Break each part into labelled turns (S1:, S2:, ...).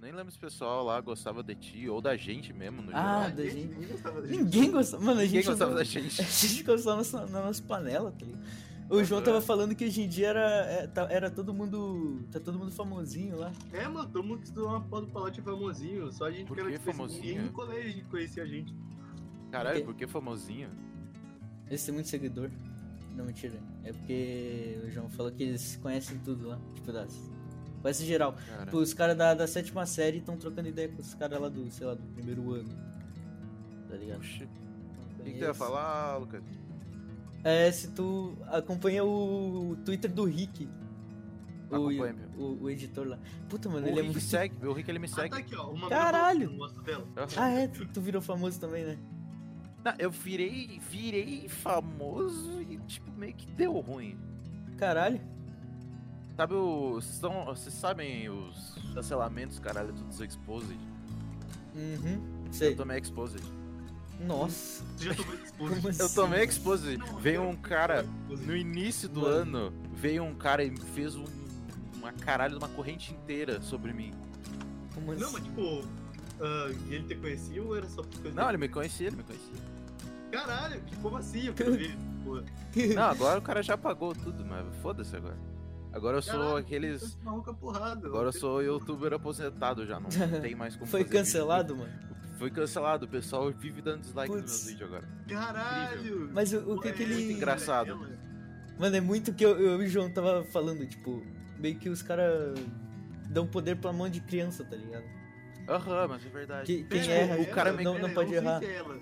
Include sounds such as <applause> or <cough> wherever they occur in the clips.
S1: lembro se o pessoal lá gostava de ti ou da gente mesmo no
S2: Ah,
S1: geral.
S2: da gente.
S3: Ninguém gostava dele.
S2: Ninguém gostava. Mano, a gente.
S1: Ninguém gostava
S2: usava-
S1: da gente.
S2: <laughs> A gente gostava na nossa, na nossa panela, tá ligado? O
S1: Aham.
S2: João tava falando que hoje em dia era, é, tá- era todo mundo. Tá todo mundo famosinho lá.
S3: É, mano, todo mundo que estudou uma porra do Palote é famosinho. Só a gente
S1: Por
S3: que era
S1: que
S3: tipo, assim,
S1: famosinho?
S3: Ninguém no colégio conhecia a gente.
S1: Caralho, por que famosinho?
S2: Eles têm muito seguidor. Não, mentira. É porque o João falou que eles conhecem tudo lá. Tipo, das. Conhece geral.
S1: Cara,
S2: Tipo, os caras da, da sétima série estão trocando ideia com os caras lá do, sei lá, do primeiro ano. Tá ligado?
S1: Oxi. o
S2: Então,
S1: que, que tu ia
S2: conhece.
S1: falar, Lucas?
S2: É, se tu acompanha o Twitter do Rick.
S1: Acompanha,
S2: O, o, o editor lá. Puta, mano,
S1: o
S2: ele
S1: Rick
S2: é muito.
S1: segue, o Rick ele me
S3: Ah,
S1: segue.
S3: tá aqui, ó. Uma
S2: Caralho!
S3: pessoa que eu gosto dela.
S2: Ah, é? Tu, tu virou famoso também, né?
S1: Não, eu virei, virei famoso e tipo meio que deu ruim.
S2: Caralho.
S1: Sabe os são, vocês sabem os cancelamentos, caralho, tudo dos exposed.
S2: Uhum. Sei.
S1: Eu tomei exposed.
S2: Nossa.
S3: Tu já tomou exposto.
S2: Como assim?
S1: Eu tomei exposed.
S3: Não,
S1: Veio
S3: eu-
S1: um cara No
S3: Exposto.
S1: início do
S2: Mano.
S1: ano, veio um cara e fez um, uma caralho de uma corrente inteira sobre mim.
S2: Como assim?
S3: Não, mas tipo, ah, e ele te conhecia ou era só por coisa
S1: Não,
S3: dele?
S1: ele me conhecia, ele me conhecia.
S3: Caralho, que como assim? Eu quero ver. tipo, Pô,
S1: Não, agora o cara já pagou tudo, mas foda-se agora. Agora eu sou
S3: Caralho.
S1: aqueles.
S3: esse maluco é porrada.
S1: Agora eu sou youtuber aposentado já,
S2: <laughs>
S1: não tem mais como
S2: Foi
S1: fazer vídeo.
S2: cancelado, mano.
S1: Foi cancelado, o pessoal vive dando dislike nos
S2: Putz.
S1: meus vídeos agora.
S3: Caralho!
S2: Mas o, o que
S3: Pô,
S2: que
S3: é muito
S2: ele.
S1: engraçado.
S2: Mano, é muito que eu, eu e o João tava falando, tipo, meio que os caras dão poder pra mão de criança, tá ligado?
S1: Aham, mas é verdade.
S2: Que- quem
S3: Pera,
S2: erra,
S3: ela,
S1: o cara
S3: ela,
S1: me-
S2: não,
S3: pera,
S2: não
S3: eu
S2: pode
S3: sei
S2: errar.
S3: se é ela.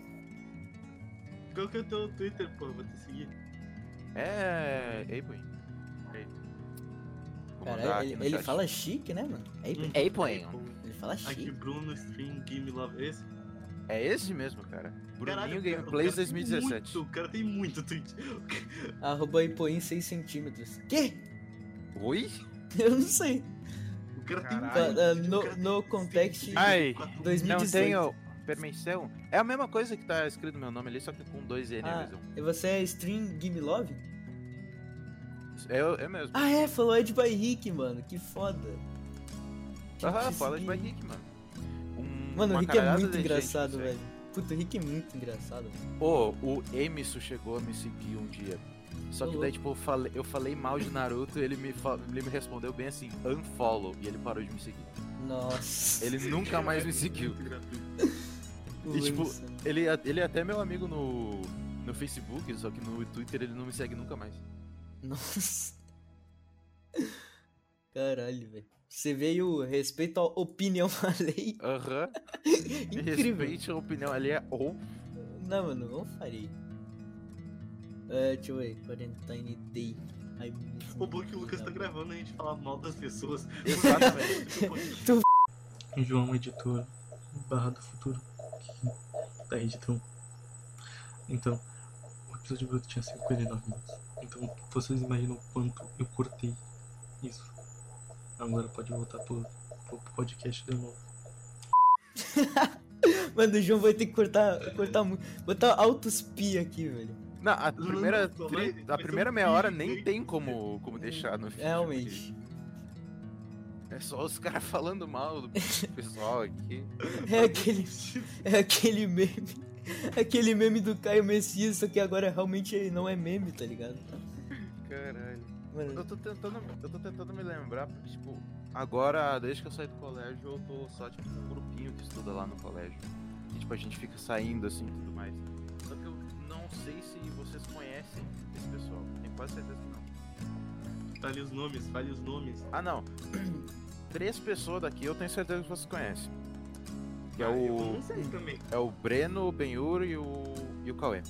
S3: Qual que é o teu Twitter, pô? Vou te seguir.
S1: É. Apoin.
S2: Cara, ele, ele fala chique, né, mano? É,
S3: Hum.
S1: Apoin.
S2: Ele fala
S3: Aqui,
S2: chique.
S3: Bruno Stream Game Love. Esse?
S1: É esse mesmo, cara.
S3: Caralho,
S1: Bruninho
S3: o cara-
S1: Gameplays
S3: o cara tem
S1: 2017.
S3: muito, O cara tem muito tweet.
S2: Arroba Ipoim 6 centímetros. Quê? <laughs>
S1: Oi?
S2: Eu não sei.
S3: O cara tem
S1: Caralho.
S3: muito.
S2: Ah, ah,
S3: tweet,
S2: no-
S3: o cara
S2: no
S3: tem
S2: context-
S3: 134
S1: Ai. Não
S2: 2018.
S1: tenho permissão. É a mesma coisa que tá escrito no meu nome ali, só que com dois N.
S2: Ah.
S1: mesmo.
S2: E você é Stream Game Love?
S1: É, eu- é mesmo.
S2: Ah, é, falou Ed by Rick, mano. Que foda.
S1: Aham,
S2: Gente,
S1: fala de
S2: esse-
S1: mais Rick, mano. Um-
S2: Ah, Mano, o
S1: uma
S2: Rick é
S1: caralhada
S2: muito
S1: de gente
S2: engraçado,
S1: segue.
S2: velho. Puta, o Rick é muito engraçado.
S1: Pô, o Emisso chegou a me seguir um dia. Só
S2: Ô,
S1: que daí, tipo, eu falei, eu falei mal de Naruto e ele me, fa- ele me respondeu bem assim, unfollow, e ele parou de me seguir.
S2: Nossa.
S1: Ele nunca mais me seguiu.
S3: é Muito gratuito.
S2: O
S1: e, tipo,
S2: Wilson.
S1: Ele, é- ele é até meu amigo no, no Facebook, só que no Twitter ele não me segue nunca mais.
S2: Nossa. Caralho, velho. Você veio respeito à opinião <laughs> alheia.
S1: Aham, me
S2: Incrível.
S1: respeite a opinião, ele é ou
S2: Não, mano, não farei. É, deixa eu ver. Quarantine Day. Ai, meu
S3: O bom que o Lucas tá gravando a gente falar mal das pessoas.
S2: <laughs>
S1: Exatamente.
S4: João Editor barra do futuro que tá editando. Então, o episódio bruto tinha 59 minutos. Então vocês imaginam o quanto eu cortei isso. Agora pode voltar pro, pro podcast de novo.
S3: <laughs>
S2: Mano, o João vai ter que cortar, cortar muito. Botar altos pi aqui, velho.
S1: Não, a primeira,
S3: Não, não,
S1: tri-
S3: vai-
S1: a
S3: vai ser
S1: primeira
S3: um
S1: meia hora
S3: vídeo,
S1: nem
S3: hein?
S1: tem como, como deixar no vídeo.
S2: É um Realmente.
S1: porque É só os <laughs> caras falando mal do pessoal aqui.
S2: É aquele, é aquele meme. <laughs> Aquele meme do Caio Messias, só que agora realmente ele não é meme, tá ligado?
S1: Caralho. Eu
S2: Mano,
S1: tô tentando, eu tô tentando me lembrar, porque, tipo, agora, desde que eu saí do colégio, eu tô só, tipo, com um grupinho que estuda lá no colégio. E, tipo, a gente fica saindo, assim, e tudo mais. Só que eu não sei se vocês conhecem esse pessoal. Tenho quase certeza que não.
S3: Fale os nomes, fale os nomes.
S1: Ah, não. <clears throat> Três pessoas daqui eu tenho certeza que vocês conhecem. Que é
S3: Ah, eu
S1: o,
S3: não sei também.
S1: é o Breno, o Benhur e o, e o Cauê.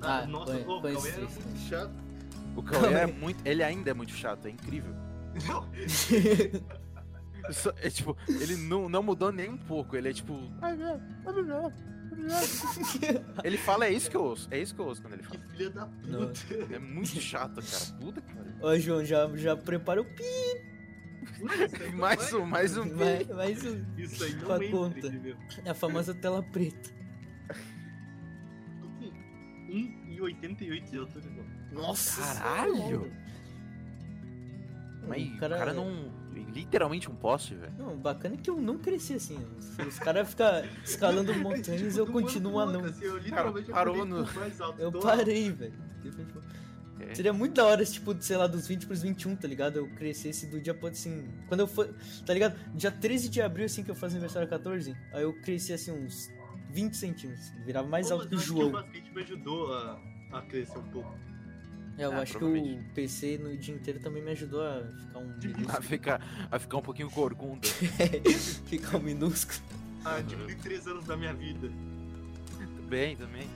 S2: Ah,
S3: nossa,
S2: conhe-
S3: pô, o Cauê
S2: conheci.
S3: era muito chato.
S1: O Cauê é muito. Ele ainda é muito chato, é incrível.
S3: Não,
S1: Só- é tipo, ele não, não mudou nem um pouco. Ele é tipo. <laughs> Ele fala, é isso que eu ouço. É isso que eu ouço quando ele
S3: que
S1: fala.
S3: filha da puta.
S2: <laughs> Nossa.
S3: <laughs>
S1: É muito chato, cara. Puta que pariu.
S2: ó, João, já, já prepara o pi.
S3: Mas,
S1: Mais um, mais um.
S2: Vai, vai isso.
S3: é? Isso aí não
S2: Pra
S3: entra,
S2: conta.
S3: entendeu?
S2: A famosa tela preta.
S3: Tô com 1,88 de altura, irmão.
S2: Nossa!
S1: Caralho!
S2: senhora.
S1: Mas o cara, não, literalmente um poste, velho.
S2: Não, bacana é que eu não cresci assim. Os, os caras ficam
S1: <laughs>
S2: escalando
S1: Tipo,
S3: É, tipo,
S2: montanhas e eu continuo anão.
S3: Assim, eu literalmente
S1: Cara, parou
S3: acordei
S1: no-
S3: com o mais alto.
S2: Eu
S3: Tô-
S2: parei, velho. tipo,
S1: É.
S2: Seria muito da hora, se, tipo, sei lá, dos 20 pros 21, tá ligado? Eu crescesse do dia, assim, quando eu for, tá ligado? Dia 13 de abril, assim, que eu faço aniversário 14, aí eu cresci, assim, uns 20 centímetros. Virava mais
S3: Pô,
S2: alto
S3: mas
S2: que o
S3: eu acho
S2: João.
S3: O basquete me ajudou a, a crescer um pouco.
S2: É, eu
S1: Ah,
S2: acho que
S1: provavelmente.
S2: o PC no dia inteiro também me ajudou a ficar um
S1: <laughs>
S2: minúsculo.
S1: A ficar, a ficar um pouquinho corcunda.
S2: ficar um minúsculo.
S3: Ah,
S1: né?
S3: diminui três anos da minha vida.
S1: Muito bem também.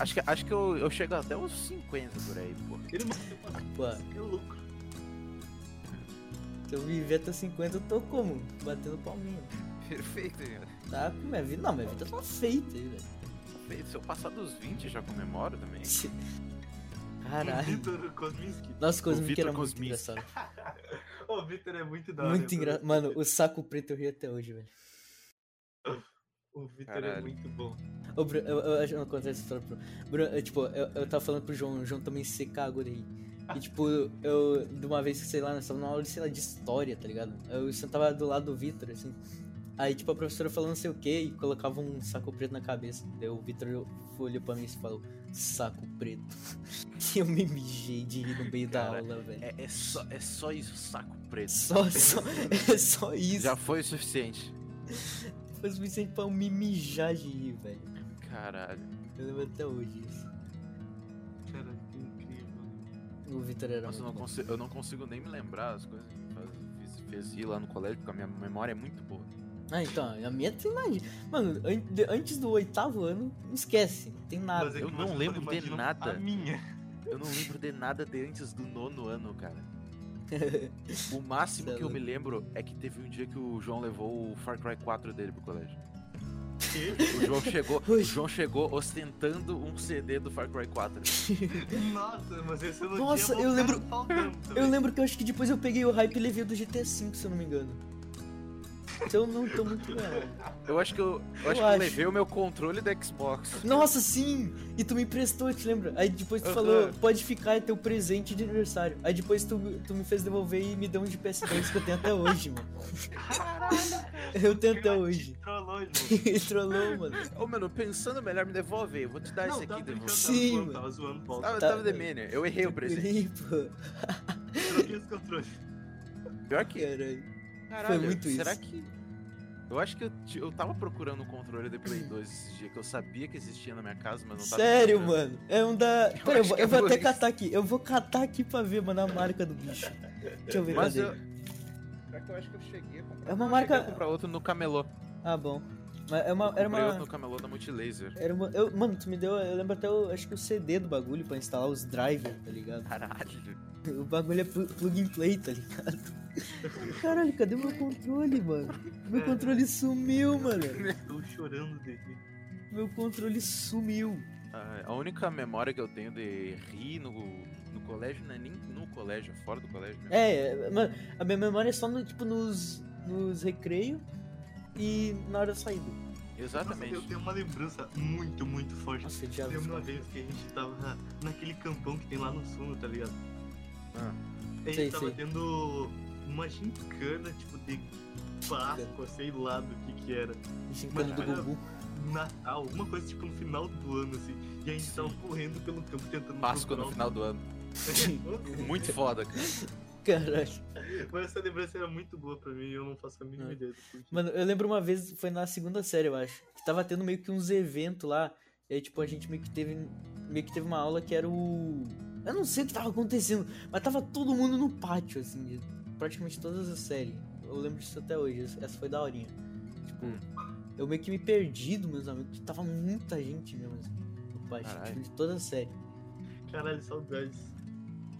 S1: Acho que, acho que eu, eu chego até uns 50 por aí, pô.
S3: Ele mano,
S2: Pô,
S3: é louco.
S2: se eu viver até 50, eu tô como? Batendo palminha.
S1: Perfeito, hein, velho.
S2: Tá, minha vida. Não, minha vida tá feita aí, velho.
S1: Perfeito. Se eu passar dos 20, eu já comemoro também.
S3: O
S2: Caralho.
S3: Vitor Kosminski.
S2: Nossa, coisa
S1: O
S2: que era
S1: Vitor
S2: muito
S1: Kosminski.
S2: engraçado.
S3: O Vitor é muito da hora.
S2: Muito engraçado. Mano, o saco preto eu ri até hoje, velho.
S3: O Vitor é
S1: Caralho.
S3: muito bom.
S2: Ô, Bruno, eu, eu, eu, eu contar essa história pro. Bruno, eu, tipo, eu, eu tava falando pro João, o João também se cagou daí. E tipo, eu, de uma vez, sei lá, nós tava numa aula, sei lá, de história, tá ligado? Eu sentava do lado do Vitor, assim. Aí, tipo, a professora falando não sei o que e colocava um saco preto na cabeça. Daí o Vitor olhou pra mim e falou, saco preto. <laughs> E eu me mijei de rir no meio
S1: Cara,
S2: da aula, velho.
S1: É, é só, é só isso, saco preto.
S2: Só, só, <laughs> é só isso.
S1: Já foi o suficiente.
S2: Foi o suficiente pra eu me mijar de rir, velho.
S1: Caralho.
S2: Eu lembro até hoje isso.
S3: Cara, que incrível.
S2: O Vitor era
S1: Nossa, eu
S2: muito
S1: não,
S2: bom.
S1: consigo, eu não consigo nem me lembrar as coisas que faz- fiz, fez rir lá no colégio, porque a minha memória é muito boa.
S2: Ah, então, a minha tem mais. Mano, an- de- antes do oitavo ano, não esquece, não tem nada.
S3: Mas é
S1: eu
S3: que
S1: não
S3: você
S1: lembro de
S3: imagina
S1: nada.
S3: A minha.
S1: Eu não lembro de nada de antes do nono ano, cara.
S2: <laughs>
S1: O máximo que eu me lembro é que teve um dia que o João levou o Far Cry 4 dele pro colégio.
S3: Que?
S1: O João <laughs> chegou, o
S2: Ui.
S1: João chegou ostentando um CD do Far Cry 4.
S3: <laughs> Nossa, mas esse é eu não
S2: Nossa,
S3: tinha
S2: eu lembro-
S3: voltado faltando um também.
S2: Eu lembro que eu acho que depois eu peguei o hype e levei o do GT V, se eu não me engano. Se eu não tô muito errado.
S1: Eu acho que eu, eu
S2: Eu
S1: acho que eu
S2: acho.
S1: levei o meu controle da Xbox.
S2: Nossa, sim! E tu me emprestou, te lembra? Aí depois tu
S1: Aham.
S2: falou, pode ficar, é teu presente de aniversário. Aí depois tu, tu me fez devolver e me deu um de PS2 que eu tenho até hoje, mano. <laughs> Eu tenho até hoje. <laughs>
S3: Trollou, irmão.
S2: Ele trollou, mano.
S1: Ô, mano, pensando melhor, me devolve. Eu vou te dar
S3: Não,
S1: esse
S3: tava
S1: aqui.
S3: brincando,
S1: Devolve. Ah,
S2: Sim, mano.
S3: tava zoando, Tava zoando, Paulo.
S1: Tava,
S2: Tá,
S1: tava de
S2: velho.
S1: Mania, eu errei o presente.
S2: Ih, pô.
S3: Troquei os controles.
S1: Pior que.
S2: Caralho.
S1: Caralho,
S2: muito
S1: será
S2: isso.
S1: que. Eu acho que eu, ti- eu tava procurando um controle de Play 2 esse dia, que eu sabia que existia na minha casa, mas não tá tava.
S2: Sério,
S1: encontrando.
S2: mano. É
S1: <laughs>
S2: um da. Pera, eu
S1: né? acho
S2: vou,
S1: que é
S2: eu vou até
S1: por isso.
S2: catar aqui. Eu vou catar aqui pra ver, mano, a marca do bicho. Deixa eu ver,
S1: Mas
S2: cadê?
S1: eu. Será que eu acho que eu cheguei a comprar?
S2: É uma
S1: Eu cheguei
S2: marca-
S1: a comprar outro no camelô.
S2: Ah, bom. Mas é uma.
S1: Eu
S2: Era
S1: comprei outro no
S2: uma.
S1: camelô da Multilaser.
S2: Era uma eu, mano, tu me deu. Eu lembro até o, acho que o CD do bagulho pra instalar os drivers, tá ligado? <laughs>
S1: Caralho.
S2: O bagulho é pl- plug and play, tá ligado?
S1: <laughs>
S2: Caralho, cadê meu controle, mano?
S1: É.
S2: Meu controle sumiu, mano.
S3: Tô chorando dele.
S2: Meu controle sumiu.
S1: Ah, A única memória que eu tenho de rir no, no colégio não é nem no colégio, é fora do colégio mesmo.
S2: É, é, mano, a minha memória é só no, tipo, nos, nos recreio e na hora da saída. É.
S3: Nossa,
S1: Exatamente.
S3: eu tenho uma lembrança muito, muito forte.
S2: Nossa, eu odiava
S1: um
S3: Teve
S2: esse
S3: uma
S2: cara.
S3: vez que a gente tava na- naquele campão que tem lá no sul, tá ligado?
S1: Ah.
S3: A
S2: Sei,
S3: gente tava
S2: sei.
S3: tendo uma gincana, tipo, de Páscoa, sei lá do que que era.
S2: Gincana do
S3: Mano,
S2: Gugu. <laughs>
S3: Natal, alguma coisa tipo no final do ano, assim. E a gente tava correndo pelo campo tentando
S1: Páscoa no
S3: procurar
S1: final do ano.
S3: o-
S1: Muito foda, cara.
S2: Caralho.
S3: <laughs> Mas essa lembrança era muito boa pra mim e eu não faço a mínima
S2: É.
S3: ideia do porquê.
S2: Mano, eu lembro uma vez, foi na segunda série, eu acho. Que tava tendo meio que uns eventos lá. E aí, tipo, a gente meio que teve. Meio que teve uma aula que era o. Eu não sei o que tava acontecendo, mas tava todo mundo no pátio, assim, de praticamente todas as séries. Eu lembro disso até hoje, essa essa foi daorinha. Tipo,
S1: Hum.
S2: eu meio que me perdi dos meus amigos, porque tava muita gente mesmo, assim, no pátio,
S1: Caralho.
S2: tipo, de toda a série.
S3: Caralho, saudades.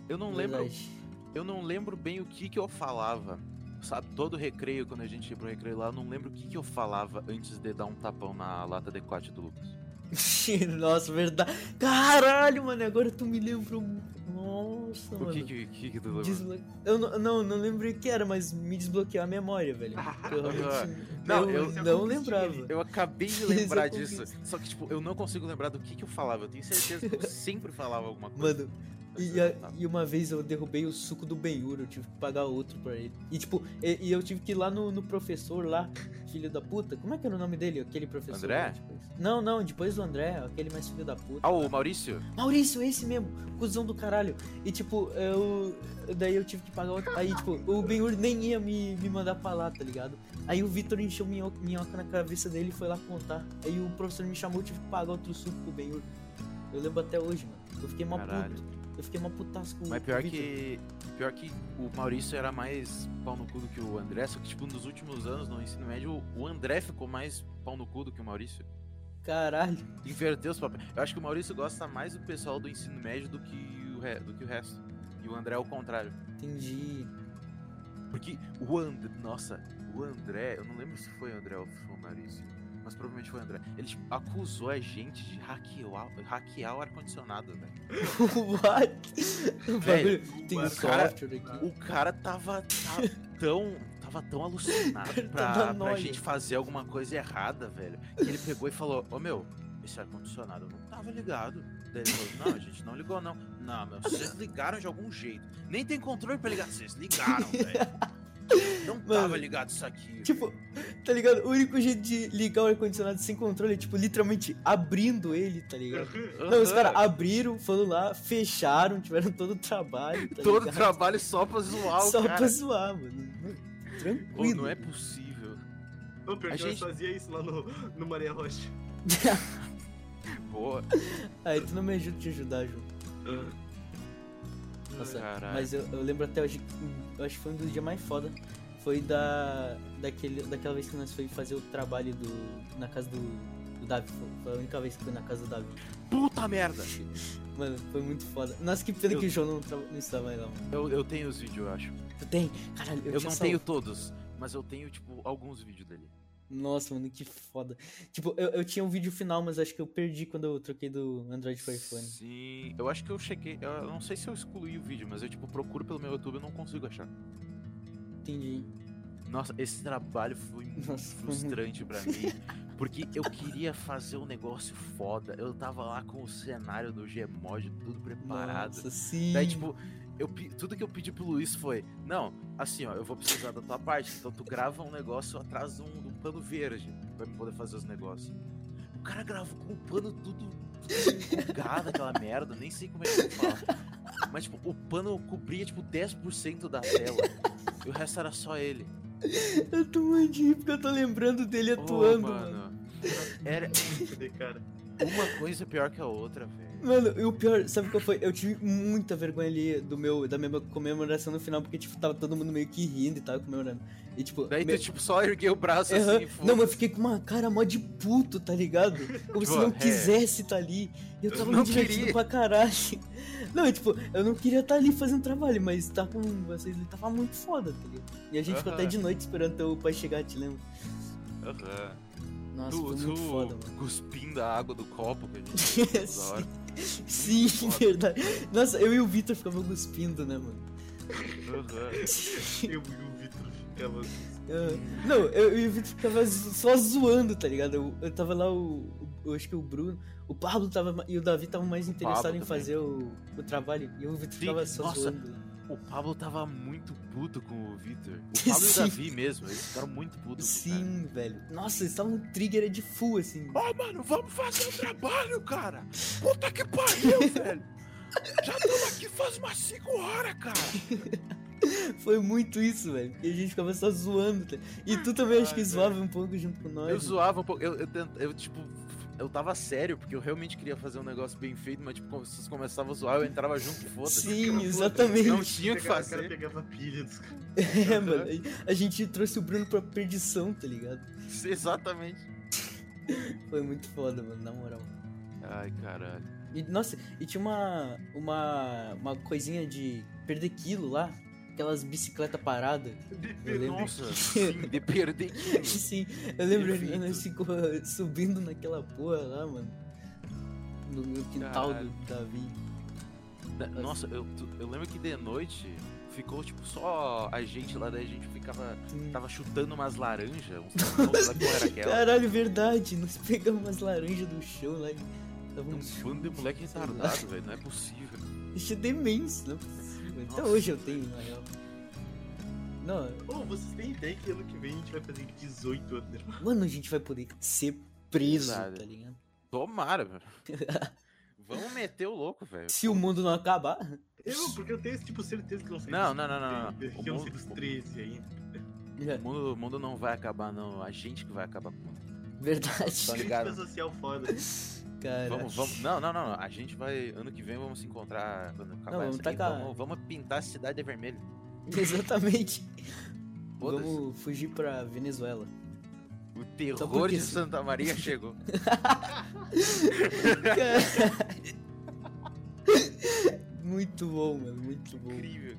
S1: Eu não lembro,
S2: Verdade.
S1: eu não lembro bem o que que eu falava. Sabe, todo recreio, quando a gente ia pro recreio lá, eu não lembro o que que eu falava antes de dar um tapão na lata de cote do Lucas.
S2: <laughs> Nossa, verdade. Caralho, mano, agora tu me lembrou. mu- Nossa,
S1: O
S2: mano.
S1: que que, que, que tu lembra?
S2: Desblo- Eu não, não, não lembrei o que era, mas me desbloqueou a memória, velho. Eu, realmente-
S1: Não,
S2: eu
S1: eu-
S2: não lembrava.
S1: Eu acabei de
S2: <laughs> Isso eu
S1: lembrar
S2: confundi. <laughs>
S1: disso, só que tipo, eu não consigo lembrar do que que eu falava. Eu tenho certeza que eu sempre falava alguma coisa.
S2: Mano, E, a- e uma vez eu derrubei o suco do Benhur, eu tive que pagar outro pra ele. E tipo, e, e eu tive que ir lá no, no professor lá, filho da puta. Como é que era o nome dele? Aquele professor.
S1: André?
S2: lá depois? Não, não, depois do André, aquele mais filho da puta.
S1: Ah, o Maurício?
S2: Maurício, é esse mesmo, cuzão do caralho. E tipo, eu. Daí eu tive que pagar outro. Aí, tipo, o Benhur nem ia me, me mandar pra lá, tá ligado? Aí o Vitor encheu minho- minhoca na cabeça dele e foi lá contar. Aí o professor me chamou, eu tive que pagar outro suco pro Benhur. Eu lembro até hoje, mano. Eu fiquei mó
S1: Caralho.
S2: puto. Eu fiquei mó putaço com
S1: Mas
S2: com
S1: pior
S2: o Vitor.
S1: que. Pior que o Maurício era mais pau no cu do que o André, só que tipo, nos últimos anos no ensino médio, o André ficou mais pau no cu do que o Maurício.
S2: Caralho.
S1: Inverteu os papéis. Eu acho que o Maurício gosta mais do pessoal do ensino médio do que o, re- do que o resto. E o André é o contrário.
S2: Entendi. <laughs>
S1: Porque o André. Nossa, o André. Eu não lembro se foi o André ou se foi o Maurício. Mas provavelmente foi o André. Ele tipo, acusou a gente de hackear, hackear o ar-condicionado, velho.
S2: What? O
S1: Velho,
S2: bagulho tem
S3: o
S1: cara-
S2: software aqui.
S1: O cara tava
S2: <laughs>
S1: ta- tão. Tava tão alucinado pra, pra
S2: nóia.
S1: gente fazer alguma coisa errada, velho. Que ele pegou e falou, ô meu, esse ar-condicionado não tava ligado. Daí ele falou, não, a gente não ligou, não. Não, meu, vocês ligaram de algum jeito. Nem tem controle pra ligar. Vocês
S2: <laughs>
S1: ligaram, velho. Não
S2: Mano,
S1: tava ligado isso aqui.
S2: Tipo, tá ligado? O único jeito de ligar o ar-condicionado sem controle é, tipo, literalmente abrindo ele, tá ligado? Não, os
S1: Aham.
S2: caras abriram, foram lá, fecharam, tiveram todo o trabalho, tá
S1: Todo
S2: ligado?
S1: trabalho só pra zoar o
S2: Só
S1: cara.
S2: pra zoar, mano.
S1: Pô,
S2: Tranquilo.
S1: não
S2: <laughs>
S1: é possível.
S3: <laughs> Ô, pior
S1: A
S3: que nós
S1: gente-
S3: fazia isso lá no, no Maria Rocha.
S1: Boa.
S2: Aí tu não me ajuda a te ajudar, João.
S1: Ah.
S2: Nossa,
S1: Caralho.
S2: Mas eu, eu lembro até hoje, eu acho que foi um dos dias mais foda. Foi da, daquele, daquela vez que nós foi fazer o trabalho do, na casa do, do Davi. Foi- Foi a única vez que foi na casa do Davi.
S1: Puta merda.
S2: Mano, foi muito foda. Nossa, que pena
S1: Eu-
S2: que o João não, tra- não estava mais lá, mano.
S1: Eu, eu tenho os vídeos, eu acho.
S2: Tu tem? Caralho,
S1: Eu,
S2: eu, tinha
S1: não
S2: salvo.
S1: tenho todos, mas eu tenho, tipo, alguns vídeos dele.
S2: Nossa, mano, que foda. Tipo, eu, eu tinha um vídeo final, mas acho que eu perdi quando eu troquei do Android pro iPhone.
S1: Sim, eu acho que eu chequei. Eu não sei se eu excluí o vídeo, mas eu, tipo, procuro pelo meu YouTube e não consigo achar.
S2: Entendi.
S1: Nossa, esse trabalho foi
S2: <laughs>
S1: muito
S2: Nossa, foi muito-
S1: frustrante pra mim. Porque eu queria fazer um negócio foda. Eu tava lá com o cenário do Gmod, tudo preparado.
S2: Nossa, sim.
S1: Daí, tipo, eu, pe- tudo que eu pedi pro Luiz foi: Não, assim, ó, eu vou precisar da tua parte. Então, tu grava um negócio atrás de um, de um pano verde pra me poder fazer os negócios. O cara gravou com o pano tudo, tudo enrugado, aquela merda. Nem sei como é que eu falo. Mas, tipo, o pano cobria, tipo, 10% da tela. E o resto era só ele.
S2: <laughs> Eu tô muito de rir porque eu tô lembrando dele
S1: Ô,
S2: Tá atuando, mano.
S1: Era
S3: Cadê, cara?
S1: uma coisa é pior que a outra, velho.
S2: Mano, e o pior, sabe o que foi? Eu tive muita vergonha ali do meu, da minha comemoração no final, porque, tipo, tava todo mundo meio que rindo e tava comemorando. E, tipo...
S1: Daí
S2: meu-
S1: tu, tipo, só erguei o braço
S2: Aham.
S1: assim e
S2: Não, mas eu fiquei com uma cara mó de puto, tá ligado? Como se
S1: Tipo,
S2: não
S1: é.
S2: quisesse tá ali. E eu
S1: Eu
S2: tava
S1: não
S2: me divertindo
S1: queria.
S2: pra caralho. Não, e, tipo, eu não queria estar ali fazendo trabalho, mas tá com vocês ali tava muito foda, tá ligado? E a gente ficou até
S1: Aham.
S2: de noite esperando teu pai chegar, te lembro.
S1: Aham.
S2: Nossa,
S1: Tu,
S2: foi muito
S1: tu
S2: foda, mano.
S1: cuspindo a água do copo que a gente
S2: <laughs>
S1: fez toda hora.
S2: Sim, <laughs>
S1: foda.
S2: verdade. Nossa, eu e o Vitor ficamos cuspindo, né, mano?
S1: Aham.
S3: Eu e o Vitor ficava. assim,
S2: Ah, Não, eu, eu e o Vitor ficava zo- só zoando, tá ligado? Eu, eu tava lá, o, o- eu acho que o Bruno, o Pablo tava, ma- e o Davi estavam mais interessados em
S1: também.
S2: fazer o, o trabalho. E o Vitor
S1: Sim,
S2: ficava só
S1: nossa.
S2: zoando.
S1: O Pablo tava muito puto com o Vitor. O Pablo e o
S2: Sim.
S1: Davi mesmo, eles ficaram muito putos. com o cara.
S2: Sim, velho. Nossa, eles estavam trigger de full,
S1: <laughs>
S2: assim.
S1: Ó, mano, vamos fazer o trabalho, cara. Puta que
S2: <laughs>
S1: pariu, velho. Já estamos aqui faz umas 5 horas, cara.
S2: Foi muito isso, velho. E a gente ficava só zoando. Tá? E tu também acho
S1: Ai,
S2: que
S1: velho.
S2: zoava um pouco junto com nós.
S1: Ah, é. Eu
S2: né?
S1: zoava um pouco, eu, eu, tent- eu, tipo... Eu tava sério, porque eu realmente queria fazer um negócio bem feito, mas tipo, como vocês começavam a zoar, eu entrava junto e foda-se.
S2: Sim,
S1: Não
S2: exatamente.
S1: tinha o que
S3: Pegava- O cara
S1: fazer.
S3: pegava a pilha dos caras.
S2: <laughs> É, mano. A gente trouxe o Bruno pra perdição, tá ligado?
S1: Exatamente.
S2: Foi muito foda, mano, na moral.
S1: Ai, caralho.
S2: E, nossa, e tinha uma, uma, uma coisinha de perder quilo lá. Aquelas bicicletas paradas. Eu lembro.
S1: Nossa, sim, de perder <laughs> quilos.
S2: <laughs> Sim, eu lembro
S1: Perfeito.
S2: nós cinco, uh, subindo naquela porra lá, mano. No, no quintal do
S1: Caralho.
S2: Davi.
S1: Da- Nossa, eu, tu- eu lembro que de noite ficou tipo só a gente lá, daí a gente ficava.
S2: Sim.
S1: Tava chutando umas laranjas, uns tamanhos lá que era
S2: <laughs>
S1: aquela.
S2: Caralho, verdade. Nós pegamos umas laranjas do chão lá. e tava
S1: Um
S2: uns-
S1: bando de moleque
S2: sei lá.
S1: retardado, velho, não é possível.
S2: Isso é demência, não é possível. Até
S1: Nossa.
S2: hoje eu tenho, na real. Não,
S3: Ô, vocês têm ideia que ano que vem a gente vai fazer 18 anos, né? irmão?
S2: mano, a gente vai poder ser preso,
S1: Verdade.
S2: tá ligado?
S1: Tomara,
S2: <laughs>
S1: velho. Vamos meter o louco, velho.
S2: Se o mundo não acabar. <laughs>
S3: Eu, porque eu tenho, tipo, certeza que não sei
S1: Não,
S3: dos
S1: não, não, não, não.
S3: 13,
S1: O
S3: Que eu não sei
S1: mundo-
S3: dos 13 ainda.
S1: O mundo, o mundo não vai acabar, não. A gente que vai acabar com o mundo. Tá
S2: Verdade,
S1: ligado?
S3: Crítica social foda.
S2: cara.
S1: Vamos,
S2: <laughs>
S1: vamos. Não, não, não. A gente vai. Ano que vem vamos se encontrar quando acabar
S2: Não, vamos
S1: essa aí.
S2: tacar-
S1: Vamos, vamos pintar a cidade de vermelho.
S2: Exatamente.
S1: Foda-se.
S2: Vamos fugir pra
S1: <laughs>
S2: Venezuela.
S1: O
S2: Só
S1: terror
S2: porque
S1: de
S2: sim.
S1: Santa
S2: <laughs>
S1: Maria chegou.
S2: muito bom, mano, muito bom. <laughs>
S1: Incrível.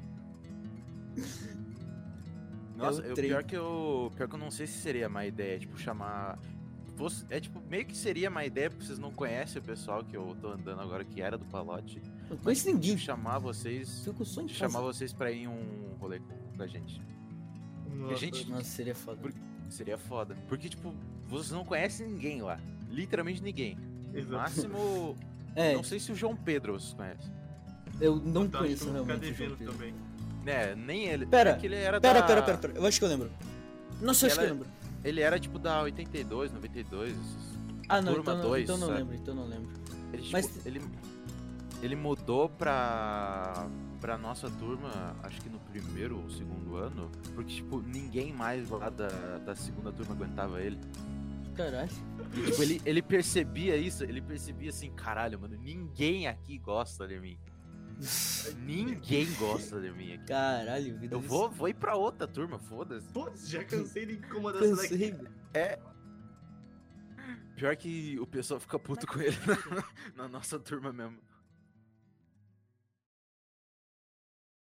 S1: Nossa,
S2: o
S1: eu,
S2: trem.
S1: pior que eu. Pior que eu não sei se seria má ideia, tipo, chamar. fosse- É tipo, meio que seria má ideia, porque vocês não conhecem o pessoal que eu tô andando agora, que era do palote.
S2: Não conheço ninguém.
S1: Chamar vocês.
S2: Fico só em casa.
S1: Chamar vocês pra ir em um rolê com- com a gente.
S3: Nossa,
S1: gente-
S2: Nossa, seria foda.
S1: Por- Seria foda. Porque, tipo, vocês não conhecem ninguém lá. Literalmente ninguém.
S3: exato.
S1: Máximo.
S2: <laughs> É,
S1: Não sei se o João Pedro vocês conhecem.
S2: eu não
S3: Tá, acho que
S2: conheço
S3: eu vou ficar
S2: realmente o João
S3: devendo
S2: Pedro.
S3: também.
S1: Né, nem ele.
S2: Pera,
S1: porque ele era
S2: Pera,
S1: da-
S2: pera, pera, pera. Eu acho que eu lembro. Nossa, eu acho que
S1: Ah. Ela-
S2: eu
S1: é
S2: lembro.
S1: Ele era tipo da 82, 92. esses-
S2: Ah, não,
S1: Turma
S2: então, não
S1: dois,
S2: então não
S1: sabe?
S2: lembro, então não lembro.
S1: Ele, tipo,
S2: Mas-
S1: ele, ele mudou pra, pra nossa turma, acho que no primeiro ou segundo ano, porque, tipo, ninguém mais lá da, da segunda turma aguentava ele.
S2: Caralho.
S1: E, tipo, ele, ele percebia isso, ele percebia assim, caralho, mano, ninguém aqui gosta de mim. Ninguém gosta de mim aqui.
S2: Caralho, vida
S1: Eu
S2: de-
S1: vou, vou ir pra outra turma, foda-se.
S3: Putz, já cansei de incomodar essa daqui.
S2: Cansei. velho.
S1: Pior que o pessoal fica puto com ele <laughs> na, na nossa turma mesmo.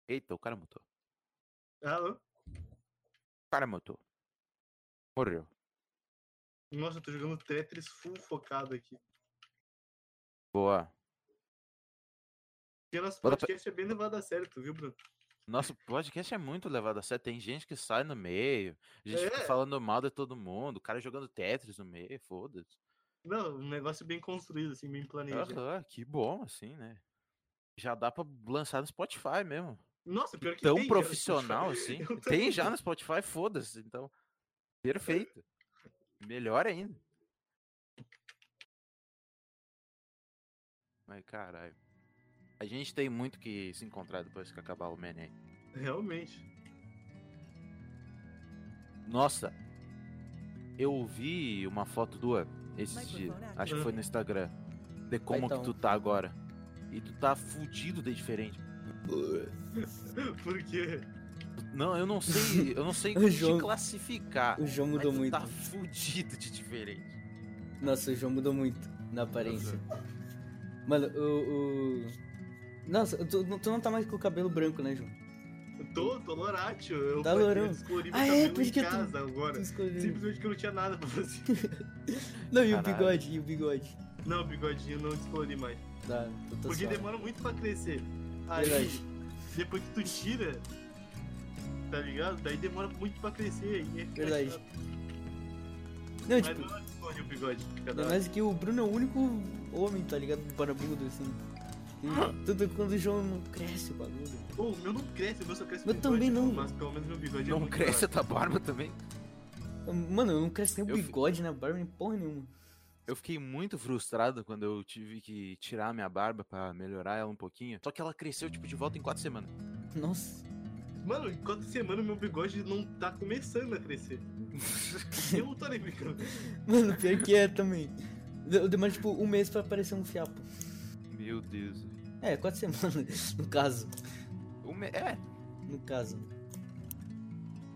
S1: Eita, o cara mutou.
S3: Alô?
S1: O cara mutou. Morreu.
S3: Nossa, eu tô jogando Tetris full focado aqui.
S1: Boa.
S3: Porque nosso
S1: Bora
S3: podcast é bem levado a sério, tu viu, Bruno? <laughs>
S1: Nosso podcast é muito levado a sério. Tem gente que sai no meio. A gente fica
S3: É.
S1: falando mal de todo mundo. O cara jogando Tetris no meio, foda-se.
S3: Não, um negócio bem construído, assim, bem planejado.
S1: Aham, que bom, assim, né? Já dá pra lançar no Spotify mesmo.
S3: Nossa, pior que
S1: Tão
S3: tem, cara,
S1: profissional assim.
S3: Eu
S1: Tem
S3: também.
S1: já no Spotify, foda-se. Então, perfeito. Melhor ainda. Mas caralho. A gente tem muito que se encontrar depois que acabar o Menem.
S3: <laughs> Realmente.
S1: Nossa, eu vi uma foto tua esses dias. Acho que foi no Instagram. De como
S2: então.
S1: que tu tá agora. E tu tá fudido de diferente.
S3: Porque
S1: Não, eu não sei, eu não sei
S2: <laughs> O
S1: te
S2: João-
S1: classificar.
S2: O João
S1: mas
S2: mudou
S1: tu
S2: muito.
S1: Tá fudido de diferente.
S2: Nossa, o João mudou muito na aparência.
S3: é.
S2: Mano, o. o- Nossa, tu, tu não tá mais com o cabelo branco, né, João?
S3: eu tô, tô lorátil. Eu
S2: Tá
S3: eu
S2: lourão.
S3: descolori meu
S2: Ah, é,
S3: cabelo
S2: por
S3: em
S2: isso que eu tô-
S3: casa
S2: Tu
S3: agora.
S2: escolheu.
S3: Simplesmente que eu não tinha nada pra fazer.
S2: Não, e o
S1: Caralho.
S2: bigode, e o bigode.
S3: Não, bigodinho, não descolori mais.
S2: Tá, eu tô
S3: Porque
S2: suave.
S3: demora muito pra crescer. Aí,
S2: Verdade.
S3: depois que tu tira, tá ligado? Daí demora muito pra crescer. E aí fica
S2: Verdade.
S3: chato.
S2: Não,
S3: Mas
S2: tipo,
S3: não descolori o bigode. Cada
S2: ainda mais que o Bruno é o único homem, tá ligado? Barbudo, assim. E tudo quando o João não cresce o bagulho.
S3: Pô, o meu não cresce, o meu só cresce
S2: Meu
S3: o
S2: também
S3: bigode, né?
S2: não.
S3: Mas pelo menos meu bigode é
S1: Não
S3: muito
S1: cresce a
S3: maior.
S1: tua barba também?
S2: Mano, eu não cresce nem o
S1: Eu fi-
S2: bigode na barba, nem porra nenhuma.
S1: Eu fiquei muito frustrado quando eu tive que tirar a minha barba pra melhorar ela um pouquinho. Só que ela cresceu, tipo, de volta em quatro semanas.
S2: Nossa. <laughs>
S3: Mano, em quatro semanas meu bigode não tá começando
S2: <laughs>
S3: a crescer. Eu não tô nem brincando.
S2: Mano, pior que é também. Eu demoro tipo um mês pra aparecer um fiapo.
S1: Meu Deus.
S2: É, quatro semanas, <laughs> no caso.
S1: O me- É.
S2: No caso.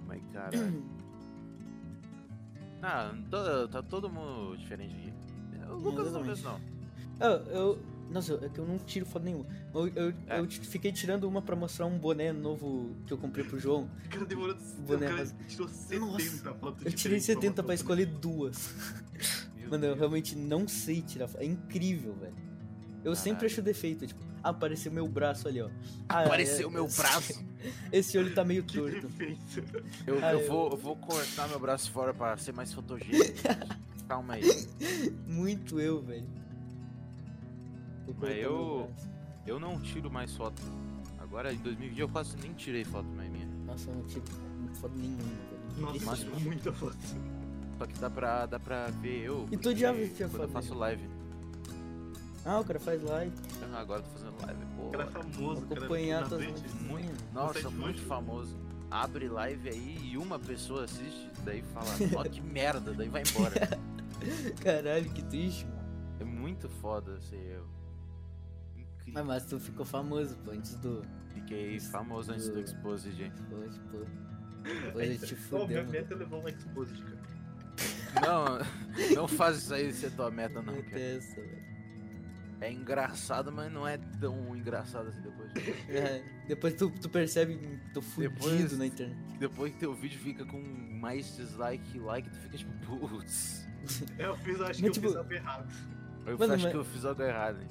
S1: Mas caralho. Ah, to- tá todo mundo diferente aqui. O Lucas não fez,
S2: exatamente.
S1: não.
S2: <clears throat> Eu, Ah, eu. Nossa, é que eu não tiro foto nenhuma. Eu, eu,
S1: É.
S2: eu t- fiquei tirando uma pra mostrar um boné novo que eu comprei
S1: <laughs>
S2: pro João.
S3: O cara demorou.
S2: Boné,
S3: o cara
S2: mas-
S3: tirou 70
S2: Nossa,
S3: fotos
S2: Eu tirei
S3: diferentes
S2: 70 pra
S3: botar
S2: escolher duas.
S1: Meu
S2: Mano, eu
S1: Deus.
S2: realmente não sei tirar foto. É incrível, velho. Eu sempre
S1: Caralho.
S2: acho defeito, tipo, ah, apareceu meu braço ali, ó. Ah,
S1: Apareceu
S2: é-
S1: meu
S2: esse-
S1: braço.
S2: <laughs> Esse olho
S1: <laughs>
S2: tá meio
S3: Que
S2: torto.
S3: defeito.
S1: Eu,
S2: Ah,
S1: eu
S2: eu-
S1: Vou, eu vou cortar meu braço fora pra ser mais <laughs> fotogênico. Calma aí.
S2: Muito eu, velho. Vou cortar
S1: eu-
S2: meu braço.
S1: Eu não tiro mais foto. Agora, em 2020, eu quase nem tirei foto mais minha.
S2: Nossa, eu não tiro foto nenhuma, velho.
S3: Nossa,
S2: Esse-
S1: máximo.
S3: muita foto.
S1: Só que dá pra, dá pra ver eu.
S2: E tu já
S1: porque
S2: vestia
S1: Quando eu
S2: foto
S1: faço live.
S2: Ah, o cara faz live.
S1: Ah, Agora eu tô fazendo live,
S3: O
S1: pô.
S3: cara é famoso, o cara é
S2: Acompanhar todas as
S3: comandante.
S2: notícias.
S1: Nossa,
S3: site
S1: muito
S3: hoje.
S1: famoso. Abre live aí e uma pessoa assiste, daí fala, ó que merda, daí vai embora.
S2: Caralho, que triste, mano.
S1: É muito foda ser eu. Incrível.
S2: Mas, mas tu ficou famoso, pô, antes do.
S1: Fiquei famoso antes
S2: é.
S1: do Exposed, gente.
S2: Pô, tipo. Depois eu te fudeu. mano.
S3: Obviamente eu levou um exposed, cara.
S1: <laughs> Não, <laughs> não faz isso aí ser tua meta, não.
S2: Não
S1: cara.
S2: tem essa, velho.
S1: É engraçado, mas não é tão engraçado assim depois.
S2: <laughs> É, Depois tu, tu percebe que tô fudido
S1: Depois-
S2: na internet.
S1: Depois que teu vídeo fica com mais dislike que like, tu fica tipo, putz.
S3: Eu fiz, eu
S2: Mas,
S3: acho que
S2: tipo,
S3: eu fiz algo errado.
S1: Eu
S2: Mano,
S1: acho
S2: mas-
S1: que eu fiz algo errado, hein?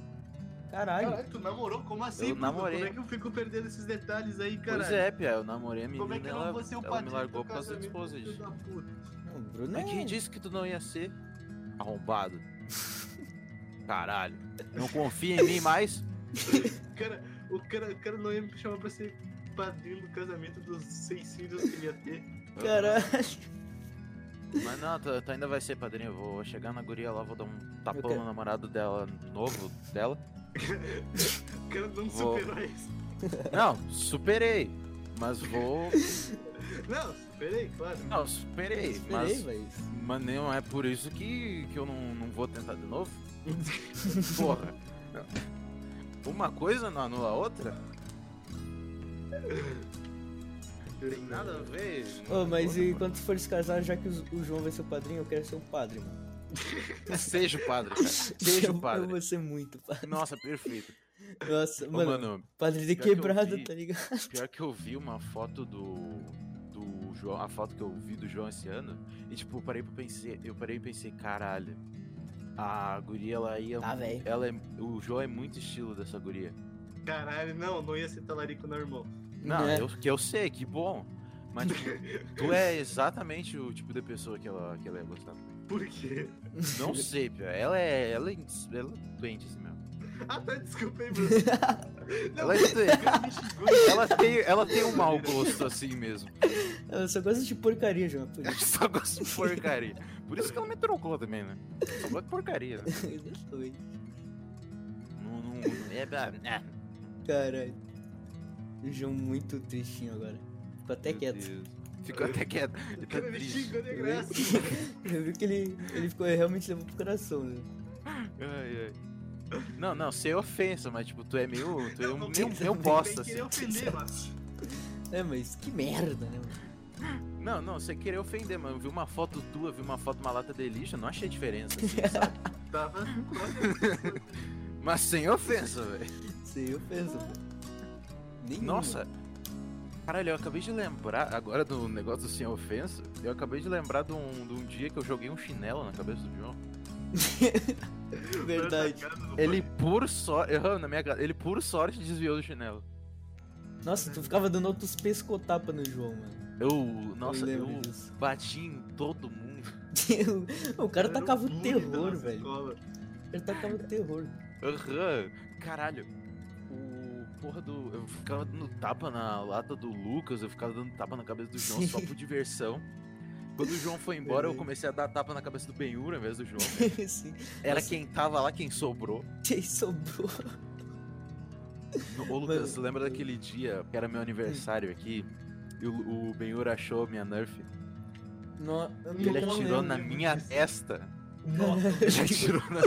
S2: Caralho.
S3: Caralho, tu namorou? Como assim?
S1: Eu
S3: Bruno?
S1: namorei.
S3: Como é que eu fico perdendo esses detalhes aí, cara?
S1: Pois é, Pia, eu namorei a menina
S3: Como é que eu
S1: ela,
S3: não vou ser o
S1: ela
S3: padrinho
S1: me
S3: do
S1: largou por causa do
S3: casamento do
S1: Exposed.
S3: filho da puta?
S2: Não, o Bruno
S1: Mas
S2: é-
S1: quem disse que tu não ia ser?
S2: <laughs>
S1: Arrombado. Caralho. Não confia em mim mais?
S3: Cara, o cara, o cara não ia me chamar pra ser padrinho do casamento dos seis filhos que ele ia ter.
S1: <laughs>
S2: Caralho.
S1: Mas não, tu, tu ainda vai ser padrinho. Eu vou chegar na guria lá, vou dar um tapão
S2: quero-
S1: no namorado dela, novo dela.
S3: O cara não
S1: Vou-
S3: superou isso.
S1: Não, superei. Mas vou.
S3: Não, superei, claro.
S1: Não, superei.
S2: Esperei,
S1: mas,
S2: velho.
S1: mas não é por isso que, que eu não, não vou tentar de novo. <laughs> Porra. Uma coisa não anula a outra? Tem nada a ver.
S2: Ô, mas e
S1: Porra,
S2: quando tu for se casar, já que o o João vai ser o padrinho, eu quero ser o
S1: <laughs>
S2: padre, mano.
S1: mano. Seja o padre,
S2: <laughs>
S1: cara. Seja
S2: eu,
S1: o padre.
S2: eu vou ser
S1: <laughs>
S2: muito padre.
S1: Nossa, perfeito.
S2: Nossa,
S1: Ô,
S2: mano,
S1: mano,
S2: padre de
S1: pior que eu
S2: quebrada,
S1: vi-
S2: tá ligado?
S1: pior que eu vi uma foto do. do João. A foto que eu vi do João esse ano. E tipo, eu parei pra pensei, eu parei e pensei, caralho. A guria ela ia.
S2: Tá, velho.
S1: ela é, o João é muito estilo dessa guria.
S3: Caralho, não, não ia ser talarico normal.
S1: Não,
S2: Né?
S1: eu, que eu sei, que bom. Mas tipo, tu é exatamente o tipo de pessoa que ela, que ela ia gostar.
S3: Por quê? <laughs>
S1: Não sei, pior. Ela é. Ela é, ela é doente assim mesmo.
S3: Ah, tá,
S1: <laughs>
S3: desculpa aí, Bruno. O
S1: Ela é doente.
S3: cara me xingou.
S1: Ela tem, ela tem um mau gosto assim mesmo.
S2: Eu só gosto de porcaria, João. é por
S1: <laughs> Eu
S2: isso.
S1: só gosto de porcaria.
S3: <laughs>
S1: Por isso que ela me trocou também, né? Só gosto de porcaria. Né?
S2: Exatamente.
S1: Não, não, é, ba- é.
S2: Caralho. O João muito tristinho agora. Ficou até
S1: Meu
S2: quieto.
S1: Deus. Ficou até
S3: <laughs>
S1: quieto. Ele
S3: O
S1: tá
S3: cara me
S1: triste.
S3: xingou de graça.
S2: <laughs> Eu vi que <laughs> ele, ele ficou, ele realmente levou pro coração, né?
S1: Ai, ai. Não, não, sem ofensa, mas tipo, tu é meio. Tu é
S3: Eu
S1: um
S3: não
S1: meio,
S3: <laughs> quis-
S1: meio
S3: nem
S1: bosta, assim.
S3: queria ofender, mas...
S2: É, mas que merda, né, mano?
S1: Não, não, sem querer ofender, mano. Eu vi uma foto tua, vi uma foto de uma lata de lixo, eu não achei diferença,
S3: <laughs>
S1: assim, sabe?
S3: Tava...
S1: Mas sem ofensa, velho.
S2: Sem ofensa, pô. Nenhuma.
S1: Nossa. Caralho, eu acabei de lembrar, agora do negócio do sem ofensa, eu acabei de lembrar de um, de um dia que eu joguei um chinelo na cabeça do João.
S2: é Verdade.
S1: Ele por sorte. Errou na minha cara. Ele por sorte desviou do chinelo.
S2: Nossa, tu ficava dando outros pescotapas no João, mano.
S1: Eu. Nossa,
S3: é
S1: eu,
S2: lembro disso. <laughs>
S1: bati em todo mundo.
S2: o cara
S3: Era
S2: tacava o
S3: bullying da
S2: terror,
S3: nossa
S2: velho.
S3: escola.
S2: Ele tacava o terror. <laughs>
S1: Aham. Caralho. O porra do. Eu ficava dando tapa na lata do Lucas, eu ficava dando tapa na cabeça do João só por diversão. Quando o João
S3: É
S1: foi embora, eu
S2: Beleza.
S1: comecei a dar tapa na cabeça do Benhura mesmo do João.
S2: Sim.
S1: Era
S2: Nossa.
S1: quem tava lá quem sobrou.
S2: Quem sobrou?
S1: Ô Lucas, lembra
S3: é.
S1: daquele dia que era meu aniversário aqui? E o, o Benhura achou minha Nerf.
S2: No...
S1: E ele
S3: Eu não
S1: atirou na
S2: <laughs>
S3: lembro
S1: minha
S3: disso.
S1: testa.
S3: Nossa,
S1: Ele atirou na.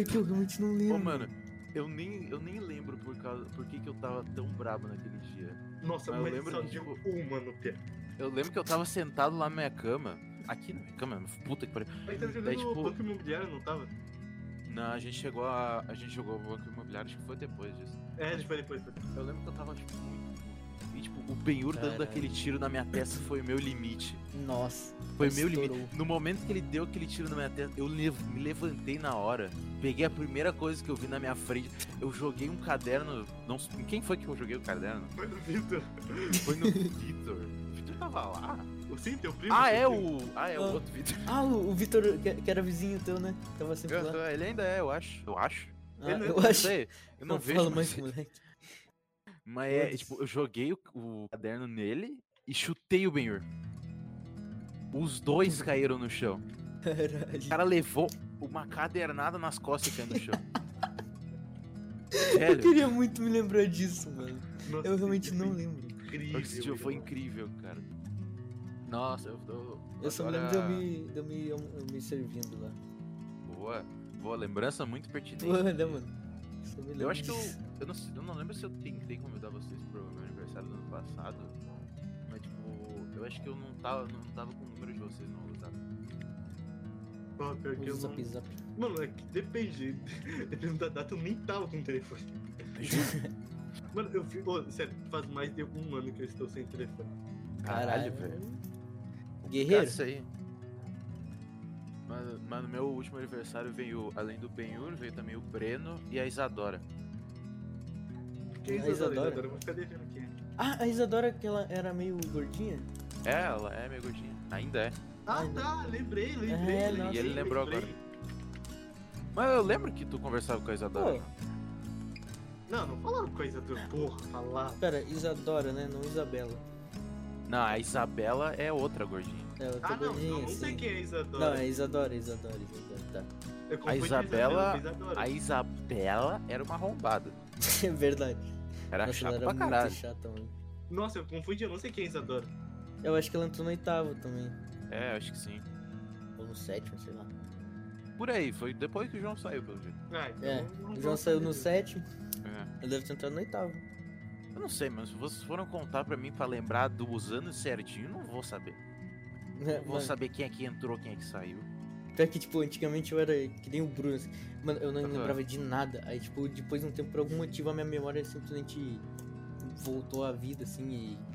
S1: <laughs> Eu-
S2: Que eu realmente não lembro.
S1: Ô, mano, eu nem, eu nem lembro por, causa, por que, que eu tava tão brabo naquele dia.
S3: Nossa,
S1: Mas eu
S3: mas,
S1: lembro
S3: só
S1: que,
S3: deu
S1: tipo,
S3: uma no pé.
S1: Eu lembro que eu tava sentado lá na minha cama. Aqui na minha cama, puta que pariu.
S3: Mas tava jogando
S1: daí, tipo-
S3: banco imobiliário, não tava?
S1: Não, a gente chegou a. A gente jogou o banco imobiliário, acho que foi depois disso.
S3: É, tipo, depois. depois.
S1: Eu lembro que eu tava, tipo, muito. puto. E tipo, o penhur dando
S2: Caralho.
S1: aquele tiro na minha testa foi o meu limite.
S2: Nossa.
S1: Foi o meu
S2: Estourou.
S1: limite. No momento que ele deu aquele tiro na minha testa, eu lev- me levantei na hora. Peguei a primeira coisa que eu vi na minha frente. Eu joguei um caderno. Não, sei- quem foi que eu joguei o caderno?
S3: Foi no Vitor.
S1: Foi no Vitor. O Vitor tava lá.
S3: Sim, teu primo.
S1: Ah,
S3: teu
S1: é
S3: primo.
S1: o. Ah, é o
S2: Ah.
S1: outro <laughs> Vitor.
S2: Ah, o, o Vitor, que, que era vizinho teu, né? Tava sempre lá.
S1: Ele ainda é, eu acho. Eu acho.
S2: Ah,
S3: não
S2: eu
S3: é
S1: Eu não
S2: acho.
S1: sei, eu não, vejo
S2: falo
S1: mais.
S2: mais, moleque. <laughs>
S1: Mas é,
S2: Putz.
S1: tipo, eu joguei o, o caderno nele e chutei o Benhur. Os dois
S2: <laughs>
S1: caíram no chão. O
S2: Caralho.
S1: cara levou uma cadernada nas costas e caiu no
S2: <laughs>
S1: chão.
S2: Eu
S1: Sério,
S2: queria muito me lembrar disso, mano.
S3: Nossa,
S2: Eu realmente
S3: isso
S2: não
S3: é
S2: lembro.
S3: Incrível.
S1: esse dia foi
S3: irmão.
S1: incrível, cara. Nossa, eu tô.
S2: Eu só me
S1: agora-
S2: lembro de eu me, de eu me, eu me servindo lá.
S1: Boa, boa lembrança, muito pertinente.
S2: Pô, né, mano? Só me lembro
S1: Eu acho que eu.
S2: disso.
S1: Eu não, sei- eu não lembro se eu tentei convidar vocês pro meu aniversário do ano passado. Mas tipo, eu acho que eu não tava, não tava com o número de vocês no WhatsApp.
S3: Ó, pior que eu
S2: O
S3: não-
S2: zap zap.
S3: Mano, é que depende. <laughs> Dependendo da data, eu nem tava com o telefone. Mano, eu fico. Ô, sério, faz mais de um ano que eu estou sem telefone.
S2: Caralho,
S1: velho.
S2: Guerreiro?
S1: Isso aí. Mano, mano, meu último aniversário veio, além do Benhur, veio também o Breno e a Isadora.
S3: Que
S2: A Isadora?
S3: Eu vou ficar devendo aqui.
S2: Ah, a Isadora que ela era meio gordinha?
S1: É, ela é meio gordinha. Ainda é.
S3: Ah,
S2: Ai,
S3: tá, lembrei, lembrei.
S2: É,
S3: lembrei,
S2: nossa.
S1: E ele lembrou
S3: lembrei.
S1: Mas eu lembro que tu conversava com a Isadora.
S2: Pô.
S3: Não, não falava coisa do porra, falar.
S2: Pera, Isadora, né? Não Isabela.
S1: Não, a Isabela é outra gordinha.
S2: É, eu tô
S3: Ah, não,
S2: gordinha,
S3: não, não sei
S2: assim.
S3: quem é a
S2: Não,
S3: Isadora.
S2: é Isadora, Isadora, Isadora, tá. <laughs>
S3: Eu confundi
S1: Isabela-
S3: com Isadora.
S1: A Isabela era uma arrombada.
S2: É verdade.
S1: Era
S2: Nossa,
S1: Tá chata
S2: ela era
S1: pra
S2: muito
S1: caralho.
S2: chata, mano.
S3: Nossa, eu confundi, eu não sei quem é a Isadora.
S2: Eu acho que ela entrou no oitavo também.
S1: É, acho que sim.
S2: Ou no sétimo, sei lá.
S1: Por aí, foi depois que o João saiu, pelo jeito.
S3: Ah, então
S2: É,
S3: não- não
S2: O João
S3: vou
S2: saiu no
S3: saber.
S2: sétimo, ele deve ter entrado no oitavo.
S1: Eu não sei, mas se vocês foram contar pra mim pra lembrar dos anos certinho, eu não vou saber.
S2: Né,
S1: Não vou
S2: <laughs> mano,
S1: saber quem é que entrou, quem é que saiu.
S2: pior que, tipo, antigamente eu era que nem o Bruno, assim. Mano, eu não
S1: Aham.
S2: lembrava de nada. Aí, tipo, depois de um tempo, por algum motivo, a minha memória simplesmente voltou à vida, assim, e...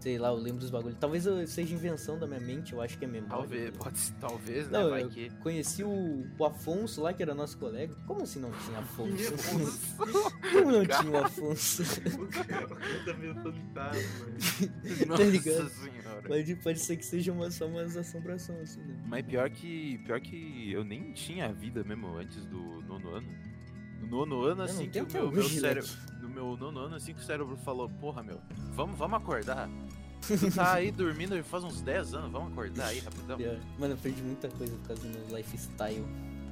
S2: Sei lá, eu lembro dos bagulhos. Talvez eu- seja invenção da minha mente, eu acho que é memória.
S1: Talvez,
S2: tá
S1: pode ser, talvez, né?
S2: Não,
S1: Vai
S2: eu-
S1: que.
S2: <laughs> ligado? Conheci o, o Afonso lá, que era nosso colega. Como assim não tinha
S3: Minha
S2: Afonso?
S1: <laughs>
S3: porra.
S2: Como não tinha o Afonso?
S3: <laughs> O cara tá meio fantasma.
S1: Nossa
S2: ligado?
S1: senhora.
S2: Pode, pode ser que seja uma, só umas assombração, assim, né?
S1: Mas pior que. Pior que eu nem tinha vida mesmo antes do nono ano. No nono ano,
S2: Eu
S1: assim,
S2: não
S1: que
S2: tenho
S1: o
S2: até
S1: meu, meu
S2: hoje, né?
S1: cérebro. No meu nono ano, assim, que o cérebro falou, porra, meu, vamos, vamos acordar. Tu tá aí dormindo faz uns 10 anos, vamos acordar aí rapidão.
S2: <laughs> Pior. Mano, eu aprendi muita coisa por causa do meu lifestyle.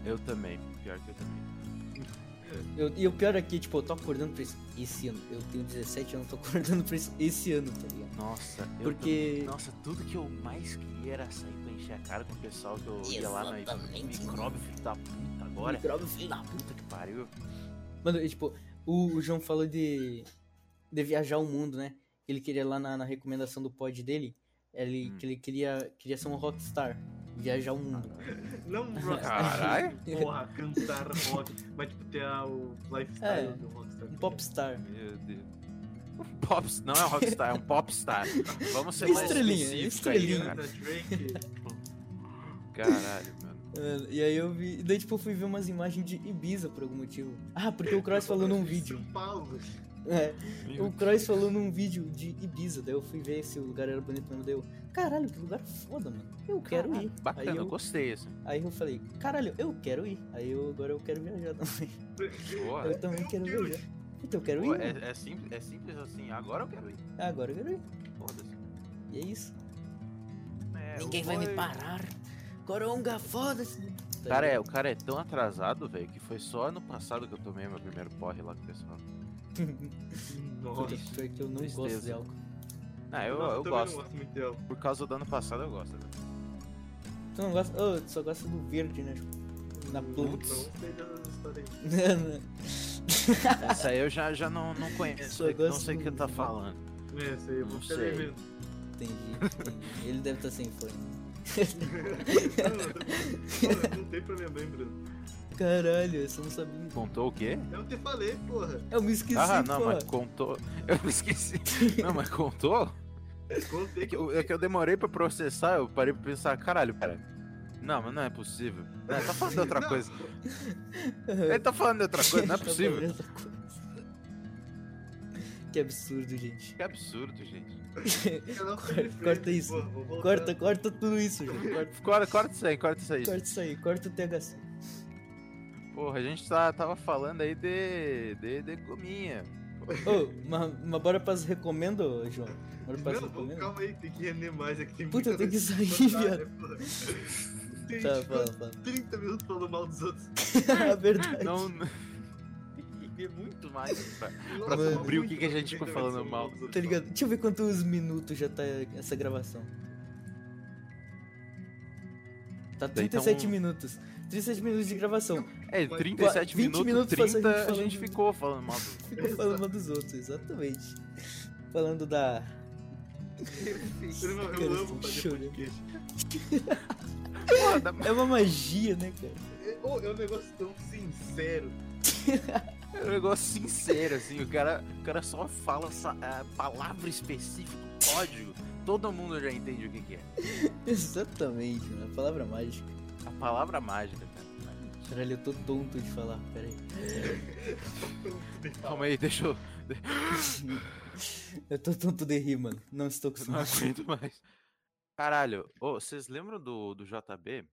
S1: Eu também, pior que eu também.
S2: Eu- e o pior é que, tipo, eu tô acordando pra esse, esse ano. Eu tenho 17 anos, tô acordando pra esse, esse ano, tá ligado?
S1: Nossa, eu
S2: Porque.
S1: também- Nossa, tudo que eu mais queria era sair pra encher a cara com o pessoal que eu ia lá na
S2: Exatamente.
S1: micróbio, filho da puta, agora. é
S2: Micróbio, filho da
S1: Puta que pariu.
S2: Mano, e, tipo, o, o João falou de. de viajar o mundo, né? Ele queria lá na, na recomendação do pod dele. Ele,
S1: Hum.
S2: que ele queria, queria ser um rockstar. Viajar o mundo. <laughs>
S3: Não rockstar.
S1: Caralho.
S3: Porra, cantar rock. Mas tipo, ter a- o lifestyle
S2: É,
S3: do rockstar.
S2: Um popstar.
S1: Meu Deus. Um pops, não é um rockstar, é um popstar. Vamos ser mais
S2: Estrelinha,
S1: específico
S2: estrelinha.
S1: aí,
S3: Rihanna, Drake.
S1: cara. Caralho, mano.
S2: Mano, E aí eu vi. E daí, tipo, eu fui ver umas imagens de Ibiza por algum motivo. Ah, porque o Cross falou num vídeo.
S3: tá São Paulo.
S2: É. O Croix falou num vídeo de Ibiza, daí eu fui ver se o lugar era bonito mesmo, daí eu, caralho, que lugar foda, mano. Eu quero
S1: Caralho,
S2: ir.
S1: Bacana, eu
S2: Aí eu,
S1: gostei, assim.
S2: aí eu falei, caralho, eu quero ir. Aí eu agora eu quero viajar <laughs> também.
S1: Boa.
S2: Eu também quero
S3: quero
S2: viajar. Então eu quero
S1: Pô,
S2: ir. mano.
S1: é, é simples, é simples assim, agora eu quero ir.
S2: Ah, Agora eu quero ir.
S1: Foda-se.
S2: E é isso.
S1: É,
S2: Ninguém
S1: o
S2: vai me
S1: boy-
S2: parar. Coronga, foda-se.
S1: O Cara, é, o cara é tão atrasado, velho, que foi só ano passado que eu tomei meu primeiro porre lá com o pessoal.
S3: Nossa.
S2: Pior que eu não gosto de
S1: Tristeza.
S2: álcool.
S1: Ah, eu,
S3: Nossa,
S1: eu
S3: também
S1: gosto.
S3: Não gosto muito dela.
S1: Por causa do ano passado eu gosto, velho.
S2: Tu não gosta? Oh, tu só gosta do verde, né? Na planta. <laughs>
S1: Putz.
S3: Não sei dessas histórias aí.
S1: Essa aí eu já, já não, <laughs> não conheço,
S2: Só
S1: não
S2: gosto
S1: sei o que
S2: do-
S1: tá falando.
S3: É, isso aí, eu
S1: Não
S3: vou ficar
S1: sei.
S3: devendo. <laughs>
S2: entendi, entendi. Ele deve estar sem fone.
S3: Mano, não tem pra minha mãe, Bruno.
S2: Caralho, eu só não sabia.
S1: Contou o quê?
S3: É Eu te falei, porra.
S2: Eu me esqueci,
S1: ah, não,
S2: pô.
S1: mas contou. <laughs> Eu me esqueci. Não, mas contou? É
S3: Contei
S1: que, eu, é que eu demorei pra processar, eu parei pra pensar, caralho, cara. Não, mas não é possível. Não, tá falando de outra
S3: Não.
S1: coisa. Ele tá falando de outra
S2: <laughs>
S1: coisa, não é
S2: Tá
S1: possível.
S2: falando outra coisa. Que absurdo, gente.
S1: Que absurdo, gente.
S3: que ela foi de
S2: Corta
S3: frente,
S2: isso.
S3: porra, vou voltar.
S2: Corta, corta tudo isso, gente. Corta,
S1: Corta, corta isso aí, corta isso aí.
S2: corta isso aí, corta o THC.
S1: Porra, a gente tá, tava falando aí de. de, de gominha.
S2: Ô, mas, mas bora pras recomendo, João? Bora pras
S3: Não, vamos-
S2: recomendo?
S3: calma aí, tem que render mais aqui. Tem
S2: Puta, eu
S3: muita
S2: tenho que
S3: coisa
S2: sair,
S3: pra contar,
S2: viado.
S3: né, pô? Tem
S2: Tá,
S3: gente que
S2: fala, fala.
S3: 30 minutos falando mal dos outros.
S2: <laughs> É verdade.
S1: Não. Tem <laughs> muito mais pra, pra
S3: Nossa,
S1: cobrir o
S3: muito
S1: que, que a gente ficou
S3: mais
S1: falando
S3: sobre
S1: mal.
S3: dos outros.
S2: Tá ligado? Deixa eu ver quantos minutos já tá essa gravação. Tá
S1: Daí tá
S2: 37
S1: um-
S2: minutos. 37 minutos de gravação.
S1: É,
S3: Mas-
S1: 37
S2: 20
S1: minutos,
S2: minutos faz a
S1: 30
S2: gente
S1: a gente
S2: falando-
S1: ficou falando mal do. <laughs>
S2: Ficou falando dos outros, exatamente. Falando da.
S3: <laughs> Eu, não- eu
S2: Cara, é um eu
S3: amo
S2: tô
S3: fazer
S2: chorando.
S3: podcast.
S1: Pô, da-
S2: É uma magia, né, cara? <laughs>
S3: É, ô, é um negócio tão sincero.
S1: É um negócio sincero, assim, o cara, o cara só fala essa a palavra específica, código. Todo mundo já entende o que, que é.
S2: Exatamente, mano. A palavra mágica.
S1: A palavra mágica, cara.
S2: Caralho, eu tô tonto de falar, peraí. <laughs> Uhum.
S1: Calma aí, deixa eu.
S2: Eu tô tonto de rir, mano. Não estou
S1: eu Não
S2: acostumado.
S1: aguento mais. Caralho, ô, vocês lembram do, do JB?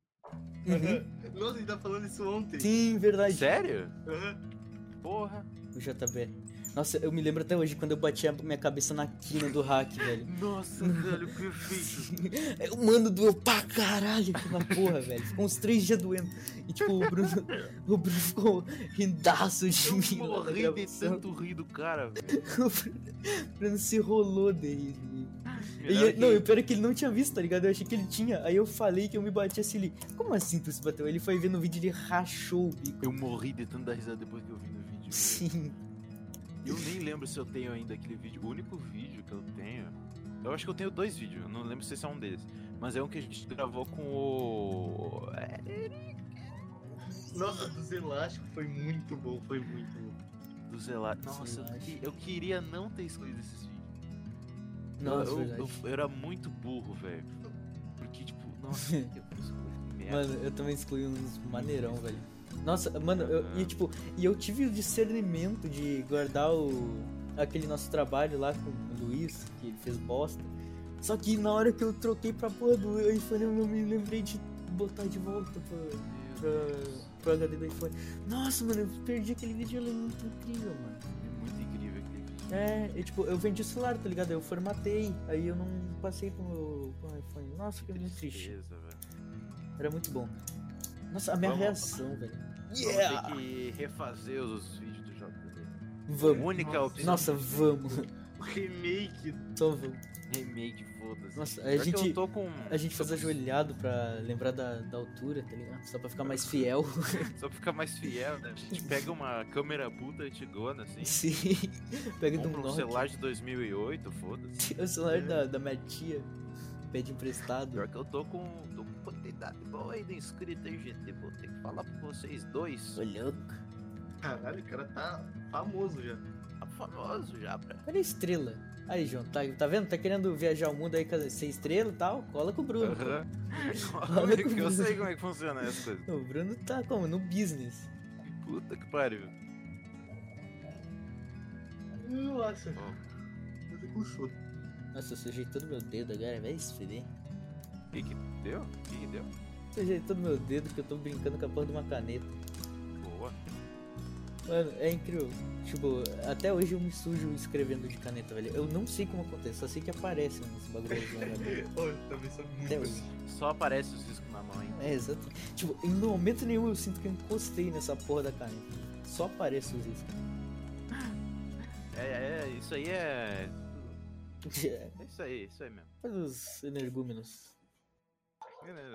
S2: Uhum.
S3: Nossa, a gente tá falando isso ontem.
S2: Sim, verdade.
S1: Sério?
S3: Aham.
S1: Porra.
S2: O JB. Nossa, eu me lembro até hoje quando eu bati a minha cabeça na quina do hack,
S1: <laughs>
S2: velho.
S1: Nossa, velho, perfeito.
S2: É, O mano doeu pra caralho aquela porra, velho. Ficou uns três dias doendo. E tipo, o Bruno. O Bruno ficou rindaço de
S1: <laughs>
S2: mim.
S1: Eu
S2: lá na
S1: morri de
S2: gravação.
S1: tanto rir do cara, velho.
S2: O Bruno- o Bruno se rolou de rir. E,
S1: Melhor
S2: eu- não,
S1: que-
S2: e o pior é que ele não tinha visto, tá ligado? Eu achei que ele tinha. Aí eu falei que eu me bati assim, ele. Como assim tu se bateu? Ele foi ver no vídeo e ele rachou o bico.
S1: Eu morri de tanta risada depois que eu vi no vídeo. velho.
S2: Sim.
S1: Eu nem lembro se eu tenho ainda aquele vídeo. O único vídeo que eu tenho. Eu acho que eu tenho dois vídeos, eu não lembro se esse é um deles. Mas é um que a gente gravou com o. É,
S3: Nossa, dos elásticos foi muito bom, foi muito bom.
S1: do Zelar. Nossa, eu,
S2: Zelate.
S1: que- eu queria não ter escolhido esses vídeos.
S2: Nossa,
S1: eu,
S2: verdade.
S1: eu, eu era muito burro, velho. Porque, tipo,
S2: <laughs>
S1: nossa, por que eu escolhi que merda.
S2: Mano, eu também excluí uns maneirão, velho. Nossa, mano, eu, e tipo, e eu tive o discernimento de guardar o aquele nosso trabalho lá com o Luiz, que ele fez bosta. Só que na hora que eu troquei pra porra do iPhone, eu não me lembrei de botar de volta pra, pra,
S1: Meu Deus.
S2: pro HD do iPhone. Nossa, mano, eu perdi aquele vídeo, ele é muito incrível, mano.
S1: É muito incrível aquele vídeo.
S2: É, eu, tipo, eu vendi o celular, tá ligado? Eu formatei, aí eu não passei pro, pro iPhone. Nossa, que muito triste.
S1: tristeza, velho.
S2: Era muito bom. Nossa, a minha
S1: Vamos-
S2: reação, velho.
S1: Vamos ter que refazer os vídeos do JB.
S2: Vamos.
S1: Única
S3: Nossa.
S1: opção.
S2: Nossa, vamos.
S3: O remake
S2: Só vamos.
S1: Remake, foda-se.
S2: Nossa, a
S1: Pior que eu
S2: gente-
S1: tô com-
S2: A gente faz
S1: tô com-
S2: ajoelhado pra lembrar da, da altura, tá ligado? Só pra ficar mais fiel. <laughs>
S1: <laughs> Só pra ficar mais fiel, né? A gente pega uma câmera puta antigona, assim.
S2: Sim. Pega do
S1: Compra um
S2: norte.
S1: celular de 2008, foda-se.
S2: O celular da, da minha tia. Pede emprestado.
S1: Pior que eu tô com. tô com quantidade boa aí de inscrito aí, GT. Vou ter que falar pra vocês dois.
S2: Ô, louco.
S3: Caralho, o cara tá famoso já.
S1: Tá famoso já, pra.
S2: Olha a estrela. Aí, João, tá, tá vendo? Tá querendo viajar o mundo aí com ser estrela e tal? Cola com o Bruno. pô. <laughs>
S1: Olha que eu sei como é que funciona essas coisas.
S2: O Bruno tá como? No business.
S1: Puta que pariu.
S3: Nossa,
S1: Ó,
S3: eu tô é com sono.
S2: Nossa, eu sujei todo meu dedo agora, vai se fuder.
S1: O que que deu? O que que deu?
S2: Sujei todo meu dedo que eu tô brincando com a porra de uma caneta.
S1: Boa.
S2: Mano, é incrível. Tipo, até hoje eu me sujo escrevendo de caneta, velho. Eu não sei como acontece, só sei que aparece uns bagulhos na
S1: <laughs>
S2: minha boca.
S3: Ô, eu também sou muito
S2: Até hoje.
S3: assim.
S1: Só aparece os riscos na mão, hein?
S2: É, exato. Tipo, em momento nenhum eu sinto que eu encostei nessa porra da caneta. Só aparece os riscos. <laughs>
S1: É, é, isso aí é.
S2: É,
S1: É isso aí, isso aí mesmo.
S2: faz os energúmenos.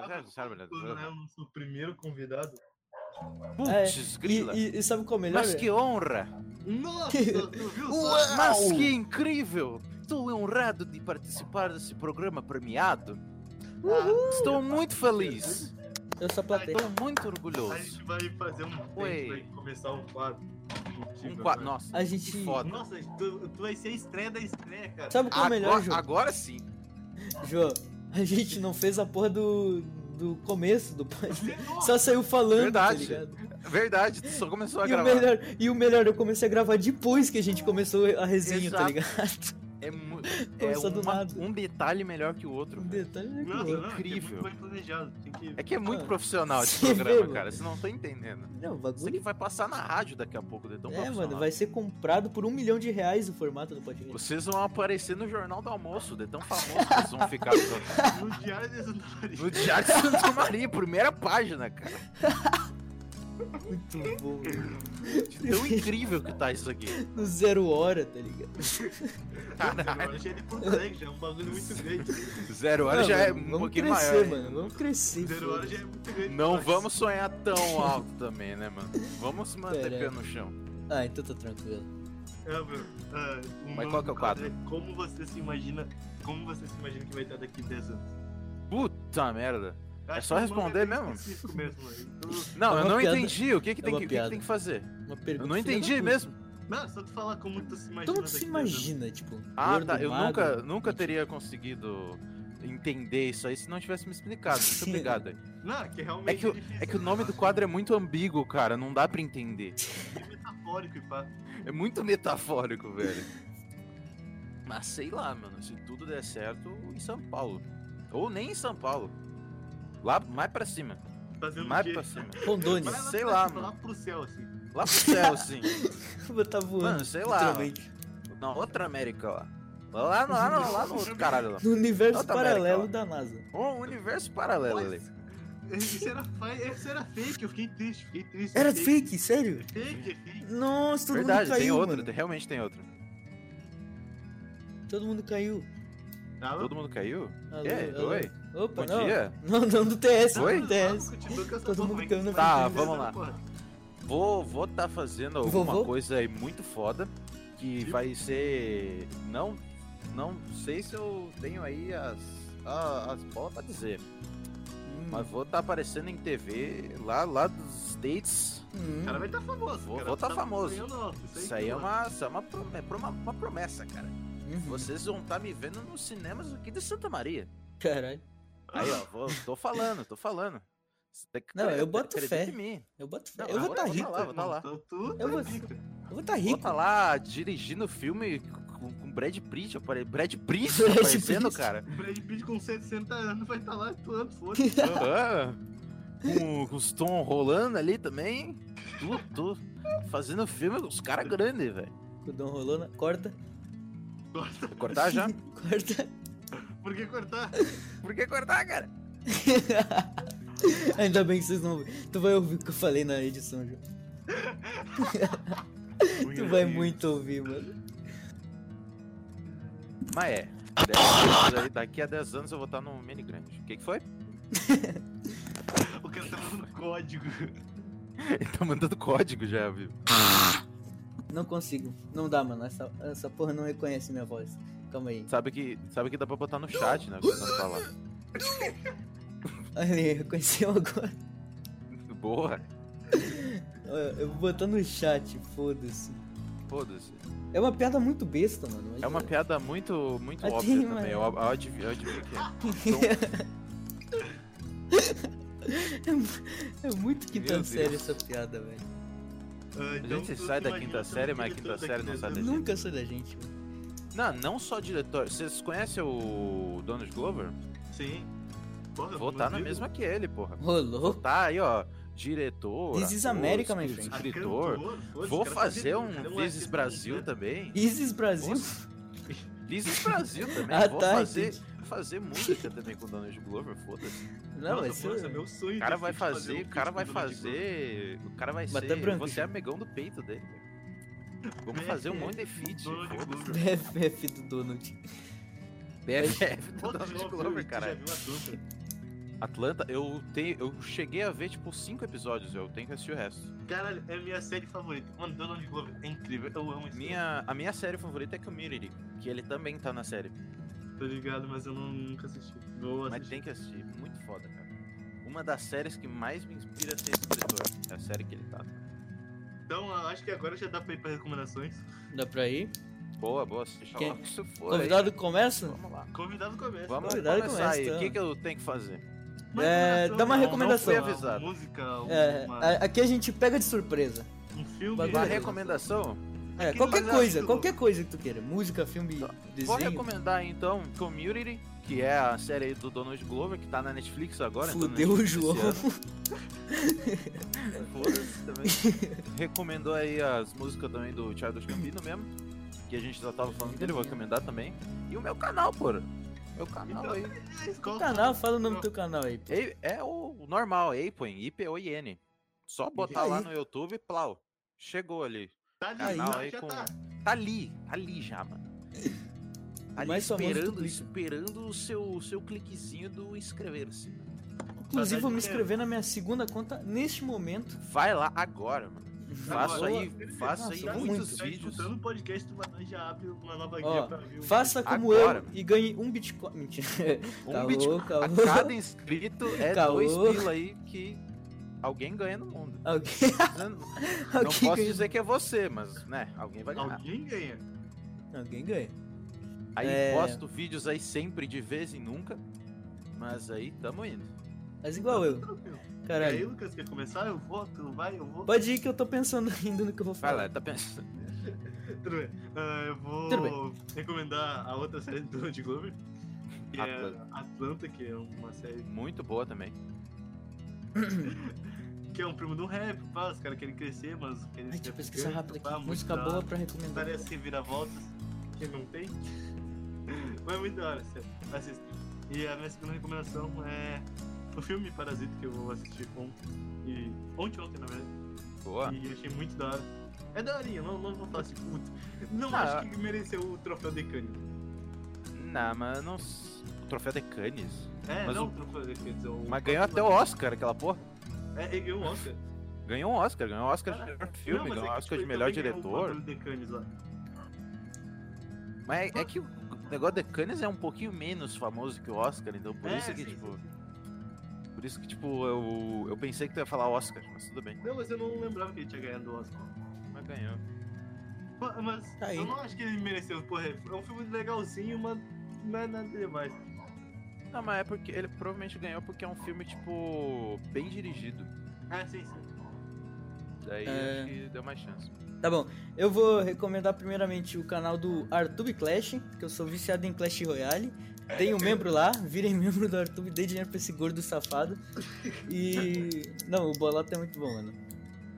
S1: Já sabe, né?
S3: é O Leonel, nosso primeiro convidado.
S1: Putz,
S2: É, E,
S1: grila.
S2: e- e sabe qual é o melhor?
S1: Mas que honra!
S2: <laughs>
S3: Nossa, tu viu só?
S1: Uau! Mas que incrível! Estou honrado de participar desse programa premiado.
S3: Ah,
S1: Estou muito feliz.
S2: Eu só platei.
S1: Estou muito
S3: a
S1: orgulhoso.
S3: gente vai fazer um. A
S1: Oi.
S3: gente vai começar um quadro.
S1: Um
S3: contigo
S1: qua-
S3: agora.
S1: Nossa,
S2: A gente-
S1: que foda.
S3: Nossa, tu, tu vai ser a estreia da estreia, cara.
S2: Sabe qual é o melhor,
S1: Agora,
S2: João?
S1: agora sim.
S2: João, a gente não fez a porra do, do começo do podcast.
S3: Nossa,
S2: Só saiu falando,
S1: Verdade.
S2: tá ligado?
S1: Verdade, tu só começou a
S2: E o,
S1: gravar.
S2: melhor, e o melhor, eu comecei a gravar depois que a gente começou a resenha, tá
S1: Exato.
S2: ligado? <laughs>
S1: É mu- é
S2: Começou do
S1: uma-
S2: nada.
S1: um detalhe melhor que o outro.
S2: Um
S1: velho.
S2: detalhe é que
S3: Nossa,
S2: louco.
S3: não, é que é
S1: incrível.
S3: muito bem planejado. Tem que...
S1: É que é muito
S2: Ah,
S1: profissional
S2: <laughs>
S1: esse
S2: você vê,
S1: programa,
S2: mano.
S1: cara. Vocês não estão entendendo.
S2: Não, o
S1: Isso aqui
S2: bagulho.
S1: vai passar na rádio daqui a pouco, de tão
S2: É,
S1: profissional.
S2: mano, vai ser comprado por um milhão de reais o formato do podcast.
S1: Vocês vão aparecer no Jornal do Almoço, de tão famoso que eles vão ficar. no-
S3: No diário de Santa Maria.
S2: <laughs>
S1: No Diário de Santa Maria, primeira página, cara.
S2: Muito bom.
S1: De tão incrível que tá isso aqui.
S2: Tipo, No zero hora, tá ligado?
S1: Caralho.
S3: Agora já é de Porto Alegre, já é um bagulho muito grande.
S1: Zero hora
S2: Não,
S1: já é
S2: mano,
S1: um
S2: Vamos
S1: pouquinho
S2: crescer,
S1: maior.
S2: mano.
S1: ainda.
S2: Vamos crescer.
S3: Zero hora
S2: foda-se.
S3: já é muito grande.
S1: Não
S3: Mas-
S1: vamos sonhar tão alto também, né, mano? Vamos se manter
S2: Caraca.
S1: pé no chão.
S2: Ah, então tá tranquilo.
S3: É, meu, ah, o
S1: Mas qual
S3: nome
S1: que é o
S3: do
S1: quadro?
S3: é como você se imagina. Como você se imagina que vai estar daqui 10 anos?
S1: Puta merda.
S3: Acho
S1: É só
S3: que o nome é
S1: responder
S3: bem
S1: mesmo?
S3: específico mesmo, né? Então,
S1: Não,
S2: É
S1: eu
S2: uma
S1: não
S2: piada.
S1: entendi. O que, que,
S2: É
S1: tem,
S2: uma
S1: que, o que, que
S2: piada.
S1: tem que fazer?
S2: Uma pergunta.
S1: Eu não
S2: filha da
S1: entendi
S2: puta.
S1: mesmo.
S3: Não, só tu falar como tu se imagina.
S2: Todo mundo se
S3: daqui 10 anos.
S2: imagina, tipo.
S1: Ah,
S2: gordo,
S1: tá. Eu
S2: magro.
S1: nunca, nunca teria conseguido entender isso aí se não tivesse me explicado. Muito
S2: Sim. <laughs>
S1: obrigado.
S3: Não, que realmente
S1: É que o-
S3: difícil. né?
S1: É que o nome do quadro é muito ambíguo, cara. Não dá pra entender.
S3: É metafórico e pá.
S1: É muito metafórico, velho. <laughs> Mas sei lá, mano. Se tudo der certo, em São Paulo. Ou nem em São Paulo. Lá mais pra cima.
S3: Fazendo Tá o
S1: Mais
S3: quê?
S1: pra cima.
S2: Rondônia. <laughs>
S3: Vai lá
S1: Sei
S3: pra
S1: lá,
S3: cima,
S1: mano.
S3: Lá pro céu, assim.
S1: Lá pro céu, assim. <laughs>
S2: Vou tá voando.
S1: Mano, sei lá.
S2: literalmente.
S1: Na outra América lá. Lá, lá, lá, lá no outro caralho lá.
S2: No universo
S1: Tá. Outra
S2: paralelo
S1: América,
S2: da NASA.
S1: Um universo paralelo ali.
S3: Isso era, fa- isso era fake, eu fiquei triste, fiquei triste.
S2: Era
S3: fiquei-
S2: fake, sério?
S3: Fake, é fake.
S2: Nossa, todo
S1: Verdade,
S2: mundo caiu.
S1: tem outro.
S2: mano.
S1: tem- Realmente tem outro.
S2: Todo mundo caiu.
S3: Alô?
S1: Todo mundo caiu?
S2: Alô,
S1: Ei,
S2: alô.
S1: oi. Bom
S2: Opa, não.
S1: dia.
S2: Não, não do TS,
S1: Oi?
S2: não do TS. Todo mundo caiu na
S1: Tá,
S2: frente.
S1: vamos lá. Vou vou tá fazendo alguma
S2: Vovô?
S1: coisa aí muito foda que vai ser não não sei se eu tenho aí as a- as bolas pra dizer,
S2: Hum,
S1: mas vou tá aparecendo em TV lá lá dos States.
S2: hum.
S3: O cara vai estar famoso.
S1: Vou-
S3: cara.
S1: vou tá
S3: Tá
S1: famoso.
S3: ganhando nosso,
S1: Isso aí é uma isso é uma prome- pro- uma- uma promessa, cara.
S2: Uhum.
S1: Vocês vão tá me vendo nos cinemas aqui de Santa Maria.
S2: Caralho.
S1: Aí, ó, vou- tô falando, tô falando. Cê tem que
S2: Não, eu
S1: acreditar-
S2: boto
S1: acredita
S2: fé.
S1: em mim.
S2: Eu boto fé.
S1: Não,
S2: Eu vou
S1: agora
S2: tá
S1: eu vou
S2: rico.
S1: lá, vou tá lá.
S3: Então tu
S2: Eu vou-
S3: tá rico.
S2: Eu vou tá
S1: Vou
S2: rico.
S1: tá lá dirigindo filme com, com Brad Pitt, apare... Brad Pitt
S2: Brad
S1: aparecendo,
S2: Pitt.
S1: cara.
S3: O Brad Pitt com 60 anos vai estar lá atuando,
S2: <laughs>
S3: foda-se.
S1: Aham. com, com os Tom rolando ali também. Tudo, tudo. Fazendo filme com os caras grandes, velho.
S2: O Dom rolou na... Corta.
S3: Corta.
S1: Vai Cortar Tá já?
S2: <laughs> Corta.
S3: Por que cortar?
S1: Por que cortar, cara?
S2: Ainda bem que vocês não... Tu vai ouvir o que eu falei na edição, João. Tu vai muito ouvir, mano.
S1: Mas é. dez anos aí, daqui a 10 anos eu vou estar num mini grande. O que, que foi?
S3: O cara tá mandando código. Ah,
S1: Ele tá mandando código já, viu?
S2: Não consigo. Não dá, mano. Essa, essa porra não reconhece minha voz. Calma aí.
S1: Sabe que, sabe que dá pra botar no chat, né? Quando falar.
S2: Olha aí, reconheceu agora.
S1: Boa.
S2: Olha, Eu vou botar no chat, foda-se.
S1: Foda-se.
S2: É uma piada muito besta, mano. mas-
S1: É uma piada muito, muito
S2: Ah, tem
S1: óbvia
S2: uma-
S1: também. Eu, eu adivinho, eu adivinho que
S2: <laughs>
S1: é. Então,
S2: É muito quinta
S1: Meu
S2: série
S1: Deus.
S2: essa piada, velho.
S3: Ah,
S1: A gente
S3: tu-
S1: sai
S3: tu
S1: da
S3: imagina
S1: quinta
S3: ser um
S1: série, mas a
S3: diretor
S1: quinta série não
S3: daqui
S1: sai
S3: dez
S1: da
S3: anos.
S1: gente.
S2: Nunca sou da gente, velho.
S1: Não, não só diretor. Vocês conhecem o Donald Glover?
S3: Sim. Porra,
S1: Vou
S3: não
S1: tá na
S3: digo.
S1: mesma que ele, porra. Vou
S2: Rolou.
S1: tá aí, ó. Diretor.
S2: This is
S1: ator,
S2: America, my
S1: escri-
S2: friend.
S1: Escritor.
S3: Ah, cantor, foda-se,
S1: Vou
S3: o cara tá
S1: fazer
S3: feliz, o cara é
S1: um
S3: artista
S1: This is Brasil
S3: completo.
S1: também.
S2: Isis Brasil? <laughs>
S1: This is Brasil também.
S2: Ah,
S1: Vou
S2: tá,
S1: fazer, vou fazer música também com o Donald Glover, foda-se.
S2: Não,
S3: Nossa,
S2: vai ser.
S3: porra, esse é meu sonho.
S1: O cara
S3: desse
S1: vai
S3: de fazer um
S1: fazer, o
S3: feat
S1: cara
S3: com
S1: vai
S3: o Donald Glover.
S1: fazer. O cara vai
S2: Bater
S1: ser.
S2: tá branco,
S1: Você é
S2: já.
S1: amigão do peito dele. velho. Vamos fazer um monte de feat.
S3: É, Donald
S1: foda-se. <laughs> É,
S3: Glover.
S2: <laughs> BFF do Donald.
S1: BFF do
S3: Pô, tu já
S1: Donald
S3: ouviu-
S1: um Glover,
S3: tu
S1: caralho.
S3: Já viu a dupla?
S1: Atlanta, eu tenho, eu cheguei a ver tipo cinco episódios, eu tenho que assistir o resto.
S3: Caralho, é a minha série favorita. Mano, Donald Glover é incrível. Eu amo esse
S1: Minha, a minha série favorita é Community, que ele também tá na série,
S3: filme. Tô ligado, mas eu não, nunca assisti. Vou
S1: mas
S3: assistir.
S1: tem que assistir, é muito foda, cara. Uma das séries que mais me inspira a ser escritor, é a série que ele tá.
S3: Então, eu acho que agora já dá pra ir pra recomendações.
S2: Dá pra ir?
S1: Boa, boa, assiste
S2: Quem-
S1: logo que isso for. aí.
S2: Convidado começa?
S1: Vamos lá.
S3: Convidado começa.
S1: Vamos
S2: Convidado
S1: começar
S2: começa,
S1: aí. O que,
S2: então.
S1: que eu tenho que fazer?
S3: Uma
S2: É, dá uma
S3: cara.
S2: recomendação.
S3: Não foi
S1: Não fui avisado.
S3: Uma música, um
S2: É,
S3: uma-
S2: a- aqui a gente pega de surpresa.
S3: um filme.
S2: bagulho
S1: Uma
S2: Beleza.
S1: recomendação?
S3: É,
S2: É,
S1: que Tá.
S2: qualquer
S1: faz
S2: coisa,
S1: aquilo?
S2: qualquer coisa que tu queira. Música, filme,
S1: Vou
S2: desenho.
S1: recomendar então Community, que é a série aí do Donald Glover, que tá na Netflix agora. entrou na
S2: Fudeu o
S1: Netflix esse
S2: João.
S1: ano. É, Foda-se
S2: <laughs>
S1: também. Recomendou aí as músicas também do Thiago Gambino mesmo, que a gente já tava falando dele, vou recomendar também. E o meu canal, pô. Meu canal aí.
S2: O canal, fala o nome do teu canal aí. pô.
S1: Ei- É o normal, Apoin, I-P-O-I-N. Só botar
S2: Aí.
S1: lá no YouTube, plau. Chegou ali.
S3: Tá ali,
S2: Aí,
S1: Canal
S3: já,
S1: aí
S3: já
S1: com...
S3: tá.
S1: Tá ali, tá ali já,
S2: <laughs>
S1: mano. Ali
S2: mais famoso do
S1: esperando,
S2: Twitter.
S1: esperando o seu, seu cliquezinho do inscrever-se.
S2: Inclusive, vou me
S3: Verdade,
S2: inscrever na minha segunda conta neste momento.
S1: Vai lá agora, mano. Faça
S3: Agora.
S1: aí, faça
S2: Tá Nossa,
S1: aí
S2: eu vou
S1: muitos
S2: muito. então.
S3: Tá
S1: vídeos.
S3: escutando o podcast, tu vai lá e já abre uma nova guia
S2: Ó,
S3: pra ver. o-
S2: Faça como
S1: Agora.
S2: eu e ganhe um Bitcoin. Mentira. <laughs> Tá
S1: Um
S2: Caô,
S1: Bitcoin.
S2: caô.
S1: A cada inscrito é
S2: Caô.
S1: dois pila aí que alguém ganha no mundo.
S2: <laughs> Alguém, <laughs>
S1: Eu Não, não
S2: Tá. alguém
S1: posso
S2: ganha.
S1: dizer que é você, mas, né, alguém vai ganhar.
S3: Alguém ganha.
S2: Alguém ganha.
S1: Aí
S2: É.
S1: posto vídeos aí sempre, de vez em nunca. Mas aí tamo indo.
S2: Mas igual eu.
S3: Tranquilo. E aí,
S2: Caralho.
S3: Lucas, quer começar? Eu vou, tu vai, eu vou.
S2: Pode ir que eu tô pensando <laughs> ainda no que eu vou
S1: Vai
S2: falar.
S1: lá, tá pensando.
S3: Tudo bem. Ah, eu vou
S2: Tudo
S3: recomendar a outra série do Donald Glover, que
S1: Atlanta.
S3: é Atlanta, que é uma série
S1: Ah, Muito boa também.
S3: que é um primo do rap, pá, os caras querem crescer, mas querem
S2: Ai,
S3: ser
S2: deixa eu pesquisar
S3: pequenos,
S2: rápido
S3: pá,
S2: aqui. Música
S3: muita-
S2: boa pra recomendar.
S3: várias assim, reviravoltas que não tem. <laughs> Mas é muito da hora, sério. Assista. E a minha segunda recomendação é o filme Parasita que eu vou assistir ontem. E... Ontem, ontem, na verdade.
S1: Boa.
S3: E achei muito da hora. É daorinha, não, não vou falar assim, puto. Não
S1: Ah.
S3: acho que mereceu o troféu de Cannes.
S1: Não, mas não. s- O troféu de Cannes.
S3: É,
S1: Mas
S3: não
S1: o-
S3: o troféu de Cannes. é O...
S1: Mas ganhou até o Oscar, aquela porra.
S3: É, é, ganhou o Oscar.
S1: Ganhou um Oscar, ganhou um Oscar de
S3: Caraca.
S1: melhor filme,
S3: Não, mas
S1: ganhou um
S3: é que,
S1: Oscar
S3: tipo,
S1: de
S3: ele
S1: melhor
S3: também ganhou o
S1: diretor.
S3: troféu de Cannes lá.
S1: Mas é, é que o negócio de Cannes é um pouquinho menos famoso que o Oscar, então por
S3: É,
S1: isso que,
S3: sim,
S1: tipo.
S3: sim, sim.
S1: Por isso que, tipo, eu, eu pensei que tu ia falar Oscar, mas tudo bem.
S3: Não, mas eu não lembrava que ele tinha ganhado o Oscar.
S1: Mas ganhou.
S3: Pô, Mas
S2: Tá aí.
S3: eu não acho que ele mereceu, porra. É um filme legalzinho, mas não é nada demais.
S1: Não, mas é porque ele provavelmente ganhou porque é um filme, tipo, bem dirigido.
S3: Ah, sim, sim.
S1: Daí
S2: É.
S1: acho que deu mais chance.
S2: Tá bom, eu vou recomendar primeiramente o canal do Artube Clash, que eu sou viciado em Clash Royale. Tenho um membro lá, virem <laughs> membro do Artube, dei dinheiro pra esse gordo safado. E. Não, o Bolota é muito bom, mano.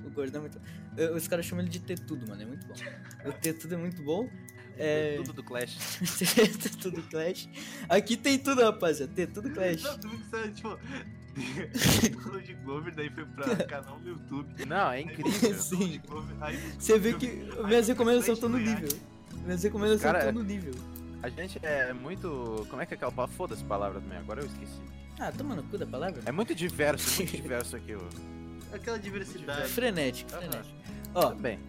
S2: O gordo é muito. Eh, Os caras chamam ele de Tetudo, mano, é muito bom. O Tetudo é muito bom. É. <laughs>
S1: Tudo do Clash.
S2: Tetudo Clash. Aqui tem tudo, rapaziada. Tetudo Clash.
S3: Não, tu viu que saiu, <laughs> tipo. Donald Glover, daí
S2: <laughs>
S3: foi pra canal no YouTube.
S1: Não, é incrível.
S2: Sim.
S3: Glover, aí
S2: Você vê que minhas recomendações estão no nível. Minhas recomendações
S1: Cara,
S2: estão no nível.
S1: A gente é muito. Como é que é aquela palavra? Foda-se a palavra também, agora eu esqueci.
S2: Ah, toma no cu da palavra.
S1: É muito diverso, <laughs> muito diverso aqui. o-
S3: aquela diversidade.
S2: Frenético,
S1: Aham.
S2: frenético. Ó,
S1: Também.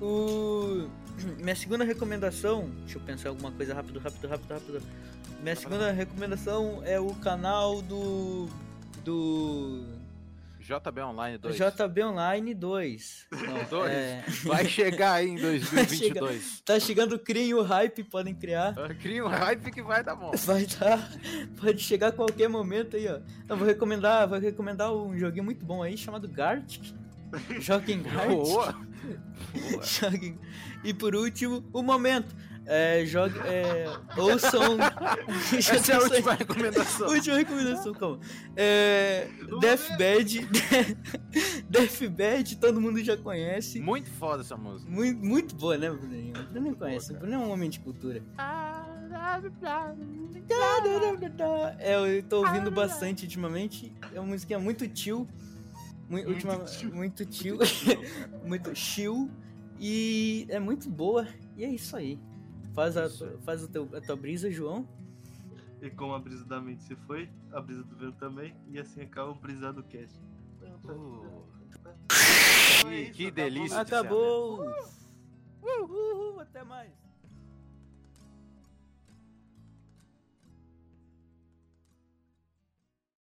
S2: o... <clears throat> minha segunda recomendação. Deixa eu pensar alguma coisa rápido, rápido, rápido, rápido. Minha segunda recomendação é o canal do. Do.
S1: JB Online 2.
S2: JB Online 2. Não,
S1: <laughs> Dois.
S2: é,
S1: <laughs> Vai chegar aí em <laughs> 2022.
S2: Tá chegando, criem o hype, podem criar.
S1: Cria um hype que vai dar bom.
S2: Vai dar. <laughs> Pode chegar a qualquer momento aí, ó. Eu vou recomendar, vou recomendar um joguinho muito bom aí chamado
S1: <laughs>
S2: Gartic. Joguem
S1: é
S2: Gartic.
S1: Boa. Boa.
S2: <laughs> Joguem. E por último, o momento. É, jogue, é, ouçam.
S1: <laughs> Essa é a última recomendação.
S2: Última recomendação, calma. É, <laughs> Deathbed. Deathbed, todo mundo já conhece.
S1: Muito foda essa música.
S2: Muito, muito boa, né, Bruninho? O Bruninho conhece, o Bruninho é um homem de cultura. É, eu tô ouvindo bastante ultimamente. É uma musiquinha muito chill. Mu-
S3: Muito
S2: ultima-
S3: chill.
S2: Muito chill. <laughs> muito chill. E é muito boa. E é isso aí. Faz, a,
S1: Isso.
S2: faz o teu, a tua brisa, João.
S3: E como a brisa da mente se foi, a brisa do vento também. E assim acaba o brisado cast.
S1: Uh,
S3: Então é
S1: que-
S3: isso,
S1: que
S2: né?
S3: acabou.
S1: delícia. Isso,
S2: Acabou! Uhul, até mais!